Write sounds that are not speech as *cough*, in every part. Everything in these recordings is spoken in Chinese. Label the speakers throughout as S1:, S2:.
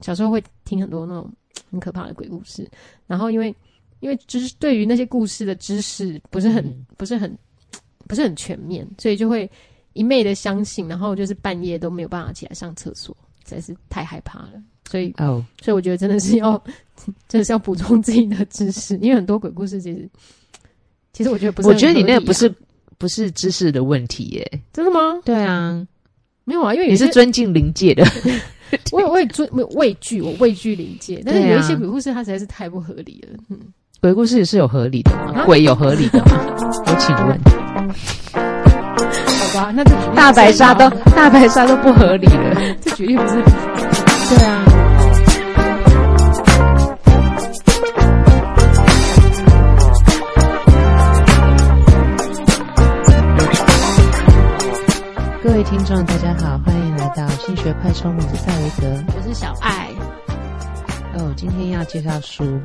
S1: 小时候会听很多那种很可怕的鬼故事，然后因为因为就是对于那些故事的知识不是很、
S2: 嗯
S1: 不是很不是很全面，所以就会一昧的相信，然后就是半夜都没有办法起来上厕所，实在是太害怕了。所以，
S2: 哦，
S1: 所以我觉得真的是要， *laughs* 真的是要补充自己的知识，因为很多鬼故事其实，其实我觉得不是
S2: 我
S1: 很合理啊、
S2: 觉得你那个不是不是知识的问题耶，
S1: 真的吗？
S2: 对啊，
S1: 没有啊，因为有
S2: 你是
S1: 些
S2: 尊敬灵界的，
S1: 我有我也尊我有畏惧，我畏惧临界，但是
S2: 对啊
S1: 有一些鬼故事它实在是太不合理了。 *laughs* 嗯，
S2: *laughs* 鬼故事也是有合理的吗？
S1: 啊
S2: *laughs* 鬼有合理的吗？我请问，
S1: 好吧，那这
S2: 大白鲨都大白鲨都不合理了。
S1: 这绝对不是
S2: 对啊。各位听众，大家好，欢迎来到新学快充，我是赛维格。
S1: 我是小爱。
S2: 哦，今天要介绍书，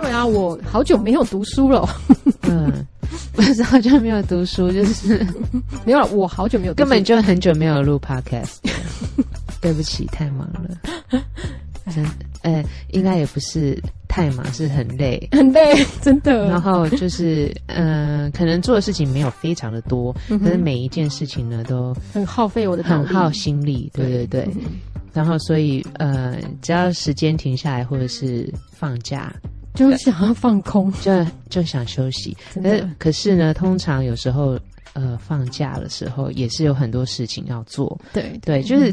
S1: 对啊，我好久没有读书了， *laughs*
S2: 嗯， *laughs* 不知道就没有读书，就是
S1: 没有了，我好久没有读书
S2: 根本就很久没有录 podcast，对不起，太忙了，真呃，应该也不是太忙，是很累，
S1: 很累， *laughs* 真
S2: *laughs*
S1: 的。
S2: 然后就是，嗯、可能做的事情没有非常的多，
S1: 嗯哼
S2: 可是每一件事情呢都
S1: 很耗费我的脑
S2: 很
S1: 力
S2: 耗心力，对对对。
S1: 嗯哼
S2: 然后所以，呃，只要时间停下来或者是放假，
S1: 就是想要放
S2: *laughs*
S1: 空，
S2: 就就想休息。
S1: 真
S2: 可是
S1: 的。
S2: 可是呢，通常有时候，呃，放假的时候也是有很多事情要做，
S1: 对
S2: 对，就是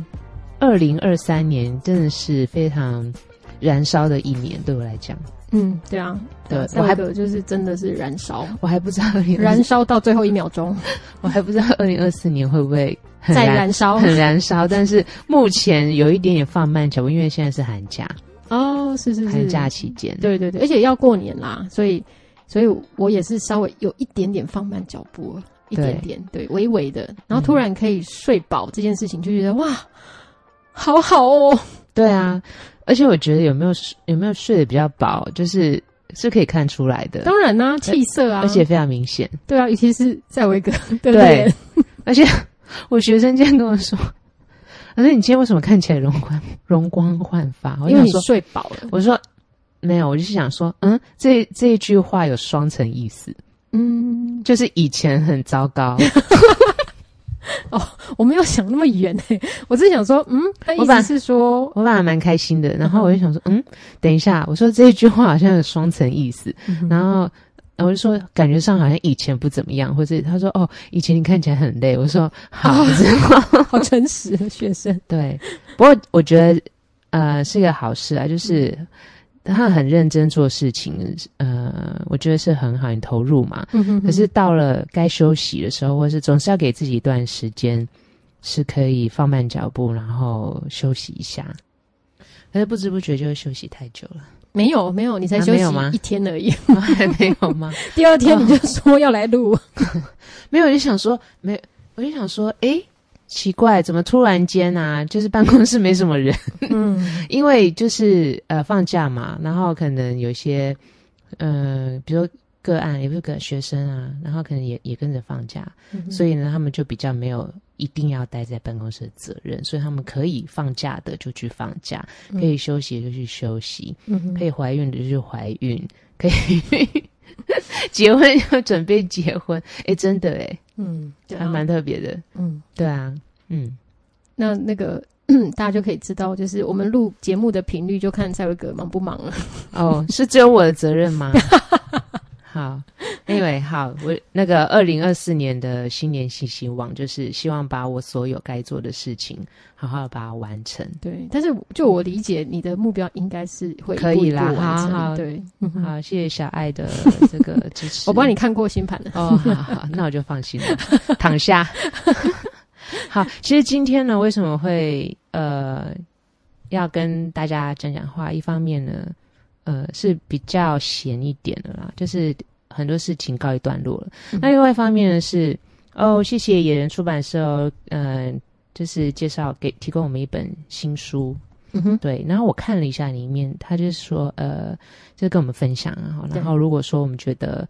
S2: 二零二三年真的是非常燃烧的一年，对我来讲，
S1: 嗯，对啊，
S2: 对
S1: 啊
S2: 我
S1: 再
S2: 还
S1: 一
S2: 嗯
S1: 个就是真的是燃烧，
S2: 我还不知道2024
S1: 燃烧到最后一秒钟，
S2: *laughs* 我还不知道二零二四年会不会很
S1: 再
S2: 燃
S1: 燃烧。
S2: 很燃烧，但是目前有一点点放慢脚步，因为现在是寒假，
S1: 哦，是是
S2: 寒
S1: 是，
S2: 假期间，
S1: 对对对，而且要过年啦，所以所以我也是稍微有一点点放慢脚步了，一
S2: 对嗯
S1: 点点，对，微微的，然后突然可以睡饱这件事情，就觉得哇，好好哦，
S2: 对啊，而且我觉得有没有有没有睡得比较饱，就是是可以看出来的，
S1: 当然啦、气色啊，
S2: 而且非常明显。
S1: 对啊，尤其是在维
S2: *laughs*
S1: 格的
S2: 对
S1: 脸，
S2: 而且我学生今天跟我说，可是你今天为什么看起来容光容光焕发？我
S1: 因为
S2: 想
S1: 你
S2: 说，
S1: 睡饱了，
S2: 我说没有，我就是想说，嗯，这这一句话有双层意思，
S1: 嗯，
S2: 就是以前很糟糕， *laughs*
S1: 我没有想那么远诶、我只是想说，嗯，他
S2: 我
S1: 意
S2: 把
S1: 思是说，
S2: 我本来蛮开心的，然后我就想说，嗯，等一下，我说这一句话好像有双层意思，嗯然后然后我就说感觉上好像以前不怎么样，或者他说哦，以前你看起来很累，我说
S1: *laughs*
S2: 好，知道
S1: 好诚实的学生，
S2: 对，不过我觉得呃是个好事啊，就是他很认真做事情，呃，我觉得是很好，你投入嘛，
S1: 嗯哼
S2: 可是到了该休息的时候，或是总是要给自己一段时间，是可以放慢脚步，然后休息一下。可是不知不觉就休息太久了，
S1: 没有没有，你才
S2: 啊
S1: 休
S2: 没
S1: 息
S2: 有吗哦
S1: 一天而已，
S2: 还没有吗？
S1: 第二天你就说要来
S2: *laughs*
S1: 录，
S2: 没有，我就想说，没，我就想说，诶，奇怪，怎么突然间啊？就是办公室没什么人，
S1: 嗯，
S2: 因为就是呃放假嘛，然后可能有一些，呃，比如说个案，也不是个学生啊，然后可能也也跟着放假，
S1: 嗯
S2: 所以呢，他们就比较没有一定要待在办公室的责任，所以他们可以放假的就去放假，
S1: 嗯
S2: 可以休息的就去休息，
S1: 嗯
S2: 可以怀孕的就去怀孕，可以 *laughs* 结婚要准备结婚。哎、真的哎、
S1: 嗯，对
S2: 还
S1: 啊，
S2: 蛮特别的。
S1: 嗯。
S2: 对啊，嗯，
S1: 那那个 *clears throat* 大家就可以知道，就是我们录节目的频率，就看赛维格忙不忙了。
S2: 哦，是只有我的责任吗？ *laughs* 好，Anyway，好，我那个二零二四年的新年新希望，就是希望把我所有该做的事情，好好地把它完成。
S1: 对，但是就我理解，你的目标应该是会
S2: 可以啦
S1: 一步一步完成。
S2: 好好
S1: 对，
S2: 好，谢谢小爱的这个支持。
S1: 嗯 *laughs* 我帮你看过星盘了。
S2: 哦，好好，那我就放心了，躺下。 *laughs* 好，其实今天呢，为什么会呃要跟大家讲讲话？一方面呢，呃是比较闲一点的啦，就是很多事情告一段落了。
S1: 嗯
S2: 那另外一方面呢是，哦，谢谢野人出版社哦，嗯、就是介绍给提供我们一本新书，
S1: 嗯哼，
S2: 对，然后我看了一下里面，他就是说，呃，就跟我们分享啊，
S1: 对
S2: 然后如果说我们觉得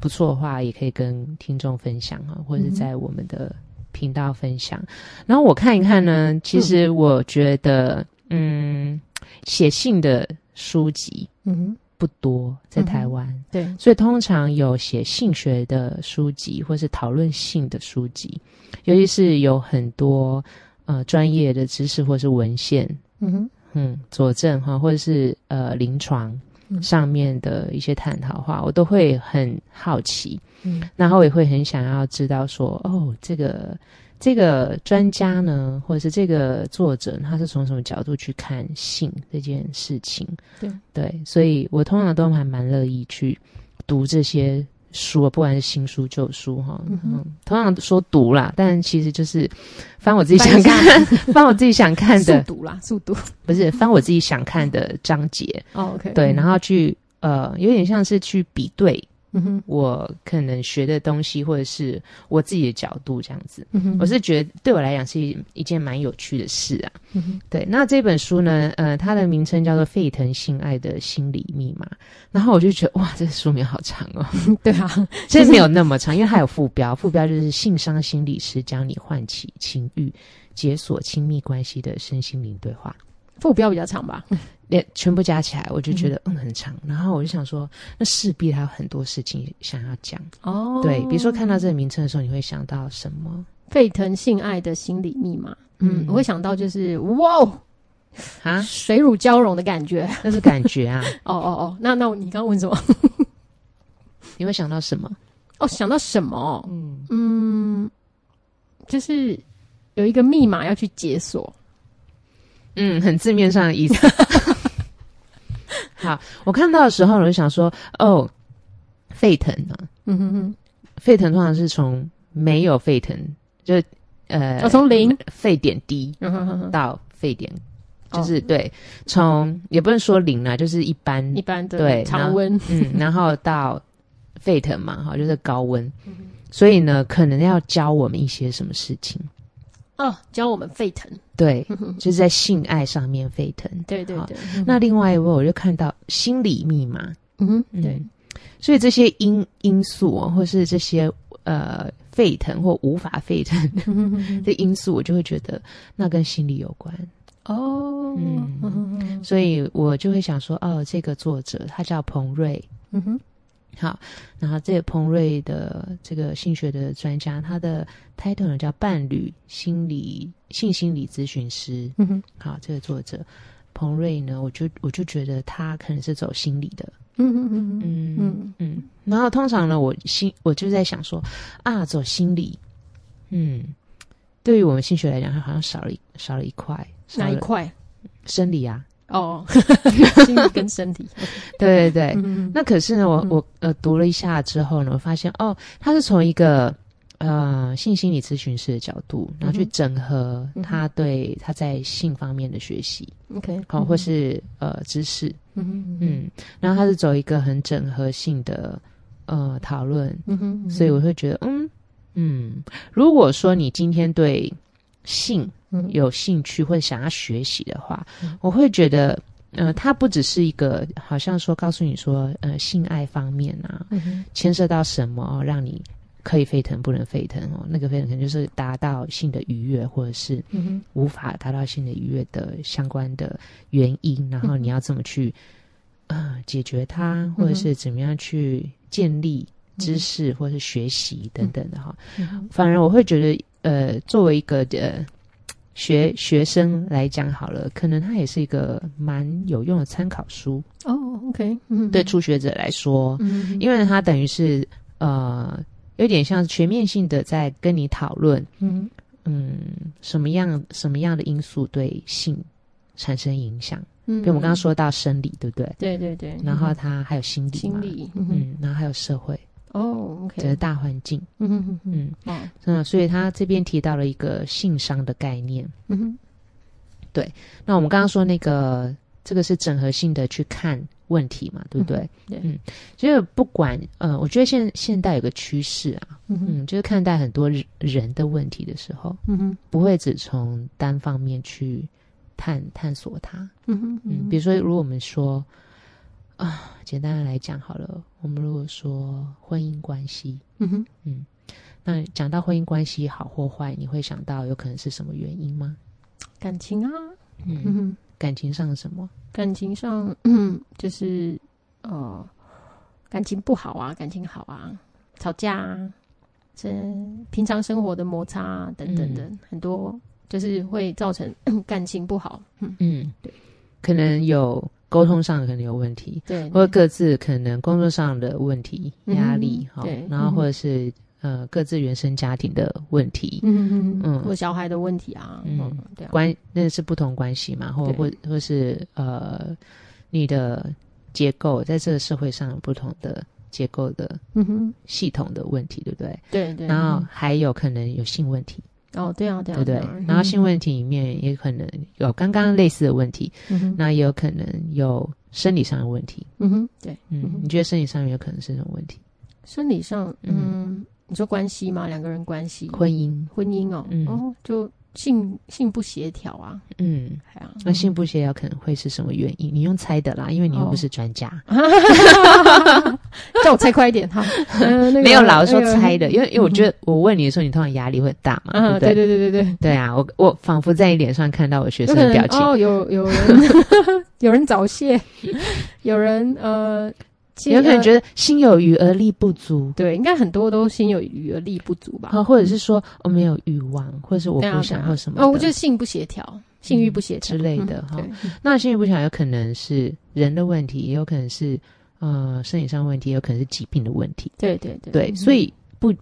S2: 不错的话，也可以跟听众分享啊，或者
S1: 嗯
S2: 是
S1: 哼
S2: 在我们的
S1: 嗯
S2: 频道分享。然后我看一看呢，其实我觉得，嗯写信的书籍
S1: 嗯哼，
S2: 不多，在
S1: 嗯哼
S2: 台湾，
S1: 对，
S2: 所以通常有写性学的书籍，或是讨论性的书籍，尤
S1: 嗯
S2: 其是有很多呃专业的知识或是文献，
S1: 嗯哼，
S2: 嗯，佐证哈，或者是呃临床
S1: 嗯
S2: 上面的一些探讨话，我都会很好奇，
S1: 嗯
S2: 然后也会很想要知道说，哦，这个这个专家呢，或者是这个作者，他是从什么角度去看性这件事情？
S1: 对
S2: 对，所以我通常都还蛮乐意去读这些书，不管是新书旧书哈。
S1: 嗯哼
S2: 嗯，通常说读啦，但其实就是翻我自己
S1: 翻
S2: 想
S1: 一下
S2: 看， *laughs* 翻我自己想看
S1: *laughs* 速
S2: 的，
S1: 读啦，速读。
S2: 不是翻我自己想看的章节，
S1: 哦，OK，
S2: 对，然后去呃，有点像是去比对。
S1: 嗯哼，
S2: 我可能学的东西，或者是我自己的角度这样子。
S1: 嗯哼，
S2: 我是觉得对我来讲是一一件蛮有趣的事啊。
S1: 嗯哼，
S2: 对，那这本书呢，呃，它的名称叫做《沸腾性爱的心理密码》，然后我就觉得哇，这书名好长
S1: *laughs*
S2: 哦，
S1: 对啊，
S2: 其实没有那么长，因为它有副标，副标就是“性商心理师教你唤起情欲，解锁亲密关系的身心灵对话”。
S1: 副标比较长吧？
S2: 连全部加起来，我就觉得嗯很长。然后我就想说，那势必还有很多事情想要讲。
S1: 哦
S2: 对，比如说看到这个名称的时候，你会想到什么？
S1: 沸腾性爱的心理密码。
S2: 嗯
S1: 嗯，我会想到就是哇哦， *laughs*
S2: 啊，
S1: 水乳交融的感觉。
S2: 那是感觉啊，
S1: 哦哦哦，那那你刚刚问什么？
S2: 你会想到什么？
S1: 哦，想到什么哦？
S2: 嗯，
S1: 嗯，就是有一个密码要去解锁。
S2: 嗯，很字面上的意思。 *laughs* 好，我看到的时候，我就想说，哦，沸腾啊，
S1: 嗯哼哼，
S2: 沸腾通常是从没有沸腾，就呃，
S1: 要哦从零。
S2: 沸点低
S1: 嗯哼哼哼，
S2: 到沸点，就
S1: 哦
S2: 是、对，从也不能说零啦，就是一般
S1: 一般的
S2: 对
S1: 常温。
S2: 嗯，然后到沸腾嘛，哈，就是高温，
S1: 嗯
S2: 所以呢，可能要教我们一些什么事情，
S1: 哦，教我们沸腾。
S2: 对，
S1: 嗯哼嗯
S2: 就是在性爱上面沸腾。
S1: 对对
S2: 好
S1: 对。
S2: 那另外一位，我就看到心理密码，
S1: 嗯哼，
S2: 嗯
S1: 对，
S2: 所以这些因因素哦，或是这些呃沸腾或无法沸腾
S1: 嗯哼哼
S2: *laughs*
S1: 哼
S2: 的因素，我就会觉得那跟心理有关，
S1: 哦，
S2: 嗯
S1: 嗯哼哼
S2: 所以我就会想说，哦，这个作者他叫彭瑞，
S1: 嗯哼，
S2: 好，然后这个彭瑞的这个性学的专家，他的 title 呢叫伴侣心理性心理咨询师。
S1: 嗯哼，
S2: 好，这个作者彭瑞呢，我就我就觉得他可能是走心理的，
S1: 嗯哼哼哼，
S2: 嗯
S1: 嗯
S2: 嗯。然后通常呢，我心我就在想说啊，走心理，嗯，对于我们性学来讲，它好像少了一少了一块，少
S1: 哪一
S2: 了
S1: 块？
S2: 生理啊，
S1: 哦， *laughs* 心理跟身体。
S2: 对对对，
S1: 嗯
S2: 那可是呢，我
S1: 嗯
S2: 我呃读了一下之后呢，我发现哦，他是从一个呃性心理咨询师的角度，然后去
S1: 嗯哼
S2: 整合
S1: 嗯哼
S2: 他对他在性方面的学习，
S1: OK，
S2: 好、或是呃知识，
S1: 嗯哼
S2: 嗯，然后他是走一个很整合性的呃讨论，
S1: 嗯哼，
S2: 所以我会觉得，嗯嗯，如果说你今天对性
S1: 嗯
S2: 有兴趣或者想要学习的话，我会觉得，呃，它不只是一个好像说告诉你说，呃，性爱方面啊，
S1: 嗯哼
S2: 牵涉到什么、哦、让你可以沸腾不能沸腾哦，那个沸腾可能就是达到性的愉悦，或者是
S1: 嗯哼
S2: 无法达到性的愉悦的相关的原因，
S1: 嗯
S2: 然后你要怎么去、呃解决它，或者是怎么样去建立知识或是学习等等的哈。
S1: 嗯哼
S2: 反而我会觉得，呃，作为一个呃学学生来讲好了，可能它也是一个蛮有用的参考书，
S1: 哦，OK，嗯，
S2: 对，初学者来说，
S1: 嗯，
S2: 因为它等于是呃有点像全面性的在跟你讨论。
S1: 嗯
S2: 嗯，什么样什么样的因素对性产生影响？
S1: 嗯，
S2: 比如我们刚刚，说到生理，对不对？
S1: 对对对，嗯
S2: 然后它还有心理，
S1: 心，理，嗯，
S2: 嗯，然后还有社会，
S1: 哦
S2: 整个
S1: ，OK，
S2: 大环境，
S1: 嗯哼哼，
S2: 嗯，
S1: 哦，
S2: 那所以他这边提到了一个性商的概念。
S1: 嗯哼，
S2: 那我们刚刚说那个，这个是整合性的去看问题嘛，对不对？
S1: 对
S2: 嗯，所以不管，呃，我觉得现现代有个趋势啊，
S1: 嗯哼，
S2: 嗯，就是看待很多人人的问题的时候，
S1: 嗯哼，
S2: 不会只从单方面去探探索它。
S1: 嗯哼，
S2: 嗯，比如说，如果我们说啊，简单的来讲好了，我们如果说婚姻关系，
S1: 嗯哼，
S2: 那讲到婚姻关系好或坏，你会想到有可能是什么原因吗？
S1: 感情啊，
S2: 嗯，
S1: 嗯
S2: 感情上什么？
S1: 感情上， *clears throat* 嗯，就是呃，感情不好啊，感情好啊，吵架啊，这平常生活的摩擦、啊、等等
S2: 嗯
S1: 等，很多就是会造成 *clears throat* 感情不好。嗯，
S2: 嗯，
S1: 对，
S2: 可能有沟通上可能有问题，
S1: 对，
S2: 或者
S1: 对
S2: 各自可能工作上的问题、
S1: 嗯哼
S2: 压力，哈
S1: 对，嗯
S2: 然后或者是呃各自原生家庭的问题，
S1: 嗯嗯嗯，
S2: 嗯
S1: 我小孩的问题啊，
S2: 嗯
S1: 嗯，对啊，
S2: 关那是不同关系嘛，或
S1: 对
S2: 或或是呃你的结构在这个社会上有不同的结构的
S1: 嗯哼，
S2: 系统的问题，对不对？
S1: 对嗯对，
S2: 然后还有可能有性问题，
S1: 嗯哦，对啊，对
S2: 对
S1: 啊，
S2: 不对
S1: 啊？
S2: 然后性，问题里面也可能有刚刚类似的问题，
S1: 嗯哼，
S2: 那也有可能有生理上的问题。
S1: 嗯哼，对，嗯
S2: 嗯，你觉得生理上面有可能是什么问题？
S1: 生理上，
S2: 嗯
S1: 嗯，你说关系吗？两个人关系，
S2: 婚姻，
S1: 婚姻哦，
S2: 嗯
S1: 哦，就性性不协调啊，
S2: 嗯，
S1: 哎呀，
S2: 那性不协调可能会是什么原因？你用猜的啦，因为你又
S1: 哦
S2: 不是专家，
S1: 叫我猜快一点哈。呃那个
S2: *laughs* 没有啦，我说猜
S1: 那
S2: 的，因为因为我觉得我问你的时候，你通常压力会很大嘛，
S1: 个啊，
S2: 对不对？
S1: 对对对对对，
S2: 对啊，我我仿佛在你脸上看到我学
S1: 有
S2: 生
S1: 可
S2: 的
S1: 能
S2: 表情，
S1: 哦，有有人
S2: *laughs*
S1: *laughs* 有人早泄，有人呃，
S2: 有可能
S1: 得
S2: 觉得心有余而力不足，
S1: 对，应该很多都心有余而力不足吧？
S2: 啊，或者是说我没有欲望，或者是我
S1: 嗯对啊
S2: 不想
S1: 对啊
S2: 或什么的
S1: 哦，我觉得性不协调，性欲不协调
S2: 之类的
S1: 嗯
S2: 哈。
S1: 对，
S2: 那心理不想有可能是人的问题，也有可能是呃生理上的问题，也有可能是疾病的问题。
S1: 对对对
S2: 对，
S1: 嗯
S2: 所以不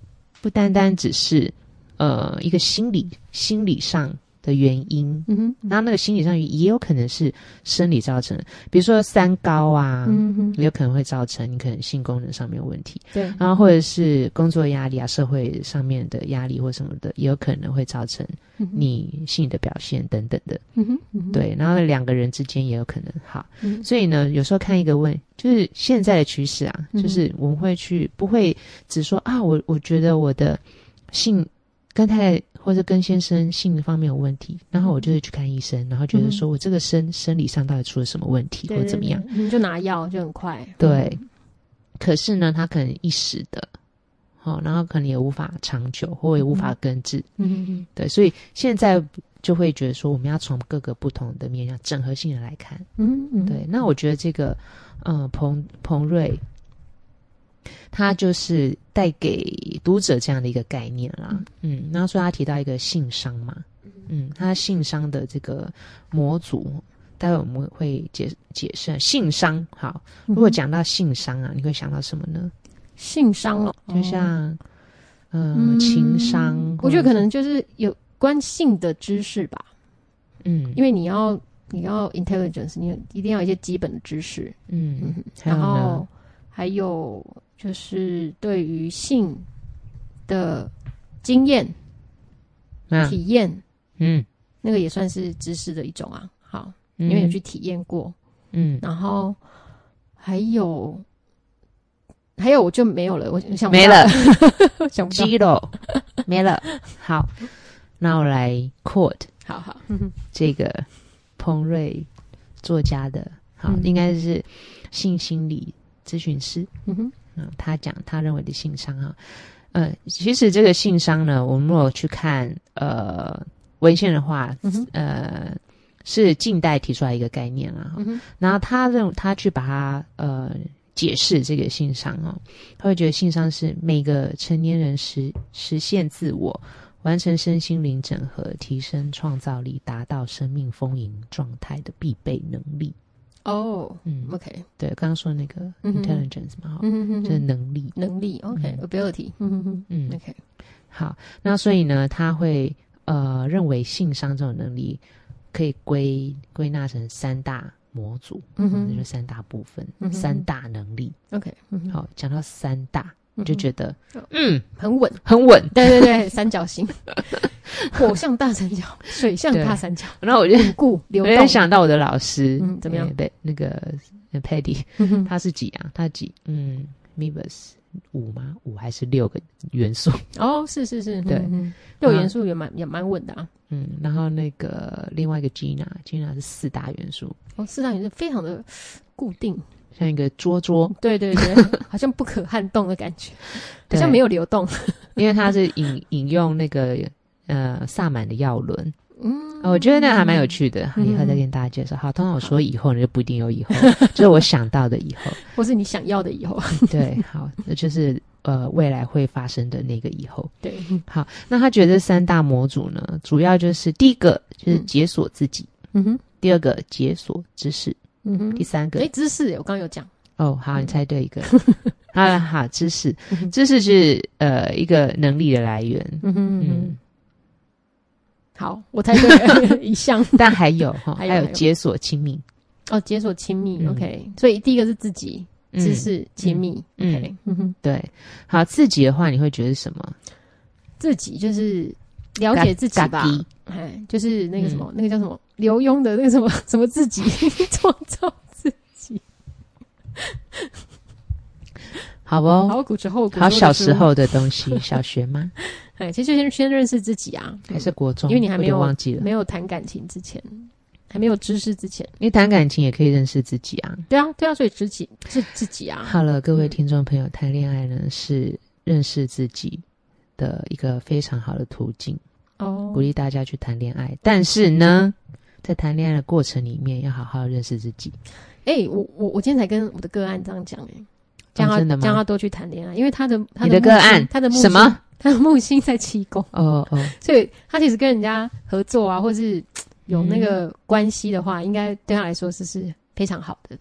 S2: 不单单只是呃一个心理心理上的原因，
S1: 嗯哼
S2: 那那个心理上也有可能是生理造成的，比如说三高啊。
S1: 嗯哼，
S2: 也有可能会造成你可能性功能上面有问题，
S1: 对
S2: 然后或者是工作压力啊、社会上面的压力或什么的，也有可能会造成
S1: 嗯哼
S2: 你性的表现等等的。
S1: 嗯哼嗯哼
S2: 对，然后两个人之间也有可能好，
S1: 嗯
S2: 所以呢，有时候看一个问，就是现在的趋势啊，
S1: 嗯
S2: 就是我们会去不会只说啊，我我觉得我的性跟太太或者跟先生性方面有问题，然后我就是去看医生，然后觉得说我这个生生理上到底出了什么问题
S1: 嗯对
S2: 或怎么样，，
S1: 对对你就拿药就很快，
S2: 对，可是呢，他可能一时的，好、然后可能也无法长久，或也无法根治，
S1: 嗯嗯
S2: 对，所以现在就会觉得说，我们要从各个不同的面向整合性的来看。
S1: 嗯嗯，
S2: 对，那我觉得这个，呃，彭彭瑞，他就是带给读者这样的一个概念啦。嗯，然后所以他提到一个性商嘛，嗯，他性商的这个模组，待会我们会解解释性商。好，
S1: 如
S2: 如果讲到性商啊，你会想到什么呢？
S1: 性伤了，
S2: 就
S1: 哦
S2: 像，嗯，情商，
S1: 我觉得可
S2: 或者是
S1: 能就是有关性的知识吧，
S2: 嗯，
S1: 因为你要你要 intelligence，你一定要有一些基本的知识，
S2: 嗯，还有
S1: 然
S2: 呢
S1: 后还有就是对于性的经验、
S2: 那
S1: 体验，
S2: 嗯，
S1: 那个也算是知识的一种啊。好，
S2: 因
S1: 因为有去体验过，
S2: 嗯
S1: 然后还有还有我就没有了，我想不
S2: 没
S1: 到 *laughs*
S2: 了。
S1: 想不到，
S2: 肌肉没了。好，那我来 quote
S1: 好好，嗯
S2: 这个彭瑞作家的，好，
S1: 嗯
S2: 应该是性心理咨询师，
S1: 嗯哼，
S2: 嗯，他讲他认为的性伤啊，呃，其实这个性伤呢，我们如果去看呃文献的话，
S1: 嗯哼，
S2: 呃。是近代提出来一个概念啊，
S1: 嗯哼，
S2: 然后他认他去把它呃解释这个性伤哦，他会觉得性伤是每个成年人实实现自我、完成身心灵整合、提升创造力、达到生命丰盈状态的必备能力。
S1: 哦
S2: 嗯，
S1: ，OK，
S2: 对，刚刚说那个
S1: 嗯哼
S2: intelligence 嘛，哈、
S1: 嗯哼哼
S2: 就是
S1: 哼，
S2: 能力。
S1: 能力，OK，
S2: 嗯
S1: ability，嗯哼哼
S2: 嗯，
S1: ，OK，
S2: 好，那所以呢，他会呃认为性伤这种能力可以归归纳成三大模组，
S1: 嗯
S2: 那就
S1: 哼
S2: 三大部分，
S1: 嗯哼
S2: 三大能力。
S1: ，OK，嗯哼
S2: 好，讲到三大，
S1: 嗯
S2: 你就
S1: 哼
S2: 觉得
S1: 嗯
S2: 嗯
S1: 很稳， *laughs*
S2: 很稳。
S1: 对对对，三角形， *laughs* 火象大三角，水象大三角，*laughs*
S2: 然后我就
S1: 稳固流
S2: 我
S1: 动
S2: 就，想到我的老师，
S1: 嗯怎么样
S2: 呃对，那个呃 Paddy，
S1: 嗯哼
S2: 他是几啊？他几？嗯 m i b u s 五吗？五还是六个元素？ *laughs*
S1: 哦，是是是，
S2: 对
S1: 嗯，嗯六元素也蛮也蛮稳的啊。
S2: 嗯，然后那个另外一个 Gina，Gina 是四大元素，
S1: 哦，四大元素非常的固定，
S2: 像一个桌桌，
S1: 对对对， *laughs* 好像不可撼动的感觉，好像没有流动。 *laughs*
S2: 因为他是引引用那个呃萨满的药轮，
S1: 嗯，
S2: 呃我觉得那个还蛮有趣的，以后再跟大家介绍。好，通常我说以后呢，就不一定有
S1: *laughs*
S2: 以后，就是我想到的以后。
S1: 或是你想要的以后，
S2: 对，好，那就是呃未来会发生的那个以后。
S1: 对，
S2: 好，那他觉得三大模组呢，主要就是第一个就是解锁自己，
S1: *laughs* 嗯哼，
S2: 第二个解锁知识，
S1: 嗯哼
S2: 第，三个
S1: 哎，知识我刚刚有讲，
S2: 哦，好，你猜对
S1: *laughs*
S2: 一个。好了，好，知识
S1: 嗯，哼
S2: 知识是呃一个能力的来源，
S1: 嗯哼，
S2: 嗯
S1: 嗯，好，我猜对了 *laughs* 一项
S2: 但还有
S1: *laughs*
S2: 哈，
S1: 还
S2: 还
S1: 有
S2: 有
S1: 还有
S2: 解锁亲密，
S1: 哦，解锁亲密
S2: 嗯
S1: ，OK，所以第一个是自己，
S2: 嗯
S1: 知识亲密
S2: 嗯
S1: ，OK，嗯哼，
S2: 对。好，自己的话，你会觉得是什么？
S1: 自己就是了解自己吧
S2: 嘎嘎嗯叽，
S1: 哎，就是那个什么，那个叫什么，刘墉的那个什么 *laughs* 什么自己创造自己，
S2: 好不？
S1: 好古时候，古
S2: 哦好，小
S1: 时
S2: 时
S1: 候的
S2: 候的东
S1: *laughs*
S2: 西，小学吗？
S1: 书，哎，其实先先认识自己啊，
S2: 还是国中？
S1: 因为你还没有
S2: 我点忘记了。
S1: 没有谈感情之前，还没有知识之前，
S2: 你谈感情也可以认识自己啊。
S1: 对啊，对啊，所以自己自自己啊，
S2: 好了，各位听众朋友，谈恋爱呢是认识自己的一个非常好的途径，
S1: 哦
S2: 鼓，励大家去谈恋爱。但是呢，在谈恋爱的过程里面，要好好认识自己。
S1: 哎，我我我今天才跟我的个案这样讲，哎。叫
S2: 哦
S1: 他
S2: 真的吗
S1: 叫他多去谈恋爱，因为他的他
S2: 你的个
S1: 木星
S2: 案，
S1: 他的木
S2: 什
S1: 星
S2: 么？
S1: 他的木星在七宫，
S2: 哦哦，
S1: 所以他其实跟人家合作啊，或
S2: 嗯
S1: 是有那个关系的话，应该对他来说是是非常好的，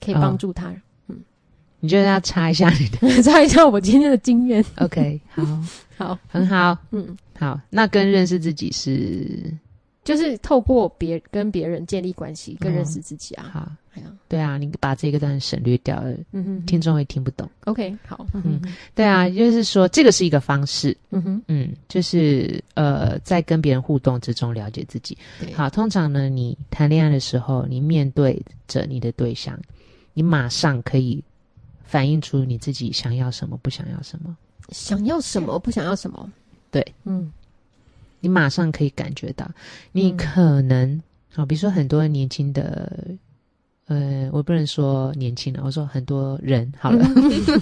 S1: 可以
S2: 啊
S1: 帮助他。
S2: 你就要插一下你的。
S1: *laughs* 查一下 *laughs* 我今天的经验，
S2: OK，好，
S1: 好，
S2: *laughs* 很好，
S1: 嗯，
S2: 好。那跟认识自己是
S1: 就是透过别跟别人建立关系，更认识自己啊。
S2: 哦好，
S1: 哎呀，
S2: 对啊，你把这个段省略掉了，
S1: 嗯哼
S2: 听众会听不懂。
S1: ，OK，好，嗯
S2: 嗯对啊，就是说这个是一个方式，
S1: 嗯哼，
S2: 嗯，就是呃，在跟别人互动之中了解自己。
S1: 对，
S2: 好，通常呢，你谈恋爱的时候，你面对着你的对象，你马上可以反映出你自己想要什么，不想要什么，
S1: 想要什么不想要什么，
S2: 对，
S1: 嗯 *laughs*
S2: 你马上可以感觉到，你可能好、比如说很多年轻的，呃，我不能说年轻人，我说很多人好了，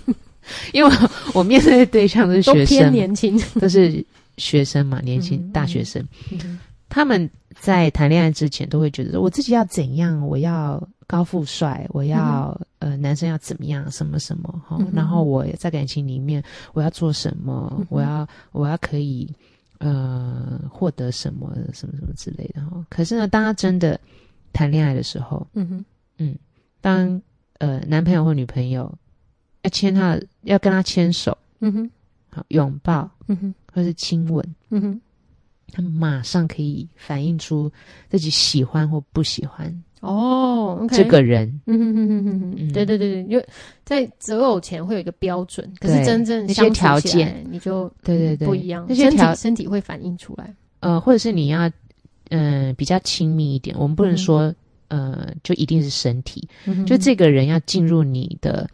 S2: *laughs* 因为我我面对的对象都是
S1: 都
S2: 学
S1: 偏
S2: 生嘛，
S1: 年轻，
S2: 都是学生嘛，年轻、
S1: 嗯
S2: 大学生，
S1: 嗯哼
S2: 他们在谈恋爱之前都会觉得我自己要怎样，我要高富帅，我要、呃男生要怎么样，什么什么哈、
S1: 嗯嗯哼
S2: 然后我在感情里面我要做什么，
S1: 嗯哼
S2: 我要我要可以呃获得什么什么什么之类的哈。可是呢，当他真的谈恋爱的时候，
S1: 嗯哼，嗯
S2: 当呃男朋友或女朋友要牵他要跟他牵手、
S1: 嗯哼，
S2: 好拥抱
S1: 嗯哼，
S2: 或是亲吻，
S1: 嗯哼，
S2: 他马上可以反映出自己喜欢或不喜欢
S1: 哦，OK，
S2: 这个人。
S1: 嗯哼哼哼哼哼，
S2: 嗯
S1: 对对对，对因为在择偶前会有一个标准，可是
S2: 对
S1: 真正
S2: 那些
S1: 相处起
S2: 条
S1: 来
S2: 件
S1: 你就
S2: 对对对
S1: 不一样，
S2: 那些
S1: 身
S2: 条
S1: 体身体会反映出来，
S2: 呃，或者是你要嗯、呃比较亲密一点，我们
S1: 嗯
S2: 不能说、呃就一定是身体，就这个人要进入你的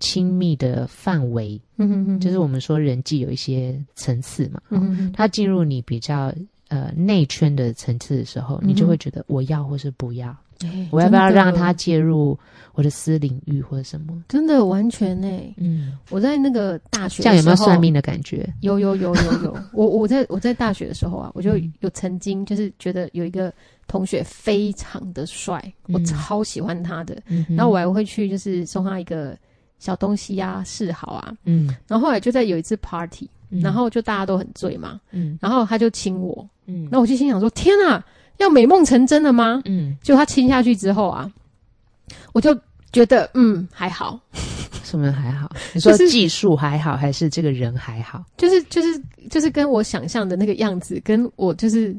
S2: 亲密的范围，
S1: 嗯哼哼，
S2: 就是我们说人际有一些层次嘛，
S1: 嗯
S2: 哦
S1: 哼哼
S2: 他进入你比较。呃，内圈的层次的时候，
S1: 嗯
S2: 你
S1: 哼
S2: 就会觉得我要或是不要，
S1: 哎
S2: 我要不要
S1: 真的
S2: 让他介入我的私领域或者什么？
S1: 真的完全哎，
S2: 嗯，
S1: 我在那个大学
S2: 这样有没有
S1: 的时候
S2: 算？命的感觉？
S1: 有有有有 *laughs* 有，我我在我在大学的时候啊，我就
S2: 嗯
S1: 有曾经就是觉得有一个同学非常的帅，我
S2: 嗯
S1: 超喜欢他的，
S2: 嗯哼
S1: 然后我还会去就是送他一个小东西啊，示好啊，
S2: 嗯，
S1: 然后后来就在有一次 party。
S2: 嗯
S1: 然后就大家都很醉嘛，
S2: 嗯
S1: 然后他就亲我，
S2: 嗯
S1: 那我就心想说：天啊，要美梦成真了吗？
S2: 嗯，
S1: 就他亲下去之后啊，我就觉得嗯还好，
S2: 什么
S1: *laughs*
S2: 还好？你说
S1: 就是
S2: 技术还好，还是这个人还好？
S1: 就是就是就是跟我想象的那个样子，跟我就是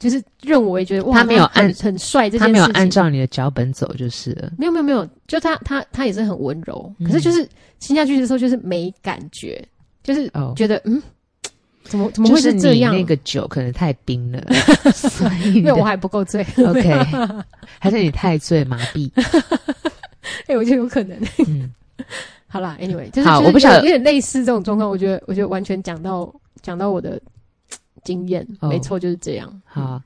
S1: 就是认为觉得哇，
S2: 他没有
S1: 很
S2: 按
S1: 很帅这件
S2: 他
S1: 事情，
S2: 没有按照你的脚本走就是了。
S1: 没有没有没有，就他他他也是很温柔，可是
S2: 嗯
S1: 就是亲下去的时候就是没感觉，就是
S2: 哦，
S1: 觉得嗯怎么怎么
S2: 就
S1: 会
S2: 是
S1: 这
S2: 你
S1: 样？
S2: 那个酒可能太冰
S1: *laughs*
S2: 了，所以你
S1: 因为 *laughs*
S2: 的
S1: 我还不够醉
S2: OK，还是你太醉麻
S1: *laughs*
S2: 痹。
S1: 哎、我觉得有可能。 *laughs*
S2: 嗯，
S1: 好啦 a n y w a y 就是
S2: 好
S1: 就是
S2: 我不晓得
S1: 有有点类似这种状况，我觉得我觉得完全讲到讲到我的嘖经验，
S2: 哦
S1: 没错，就是这样。
S2: 好，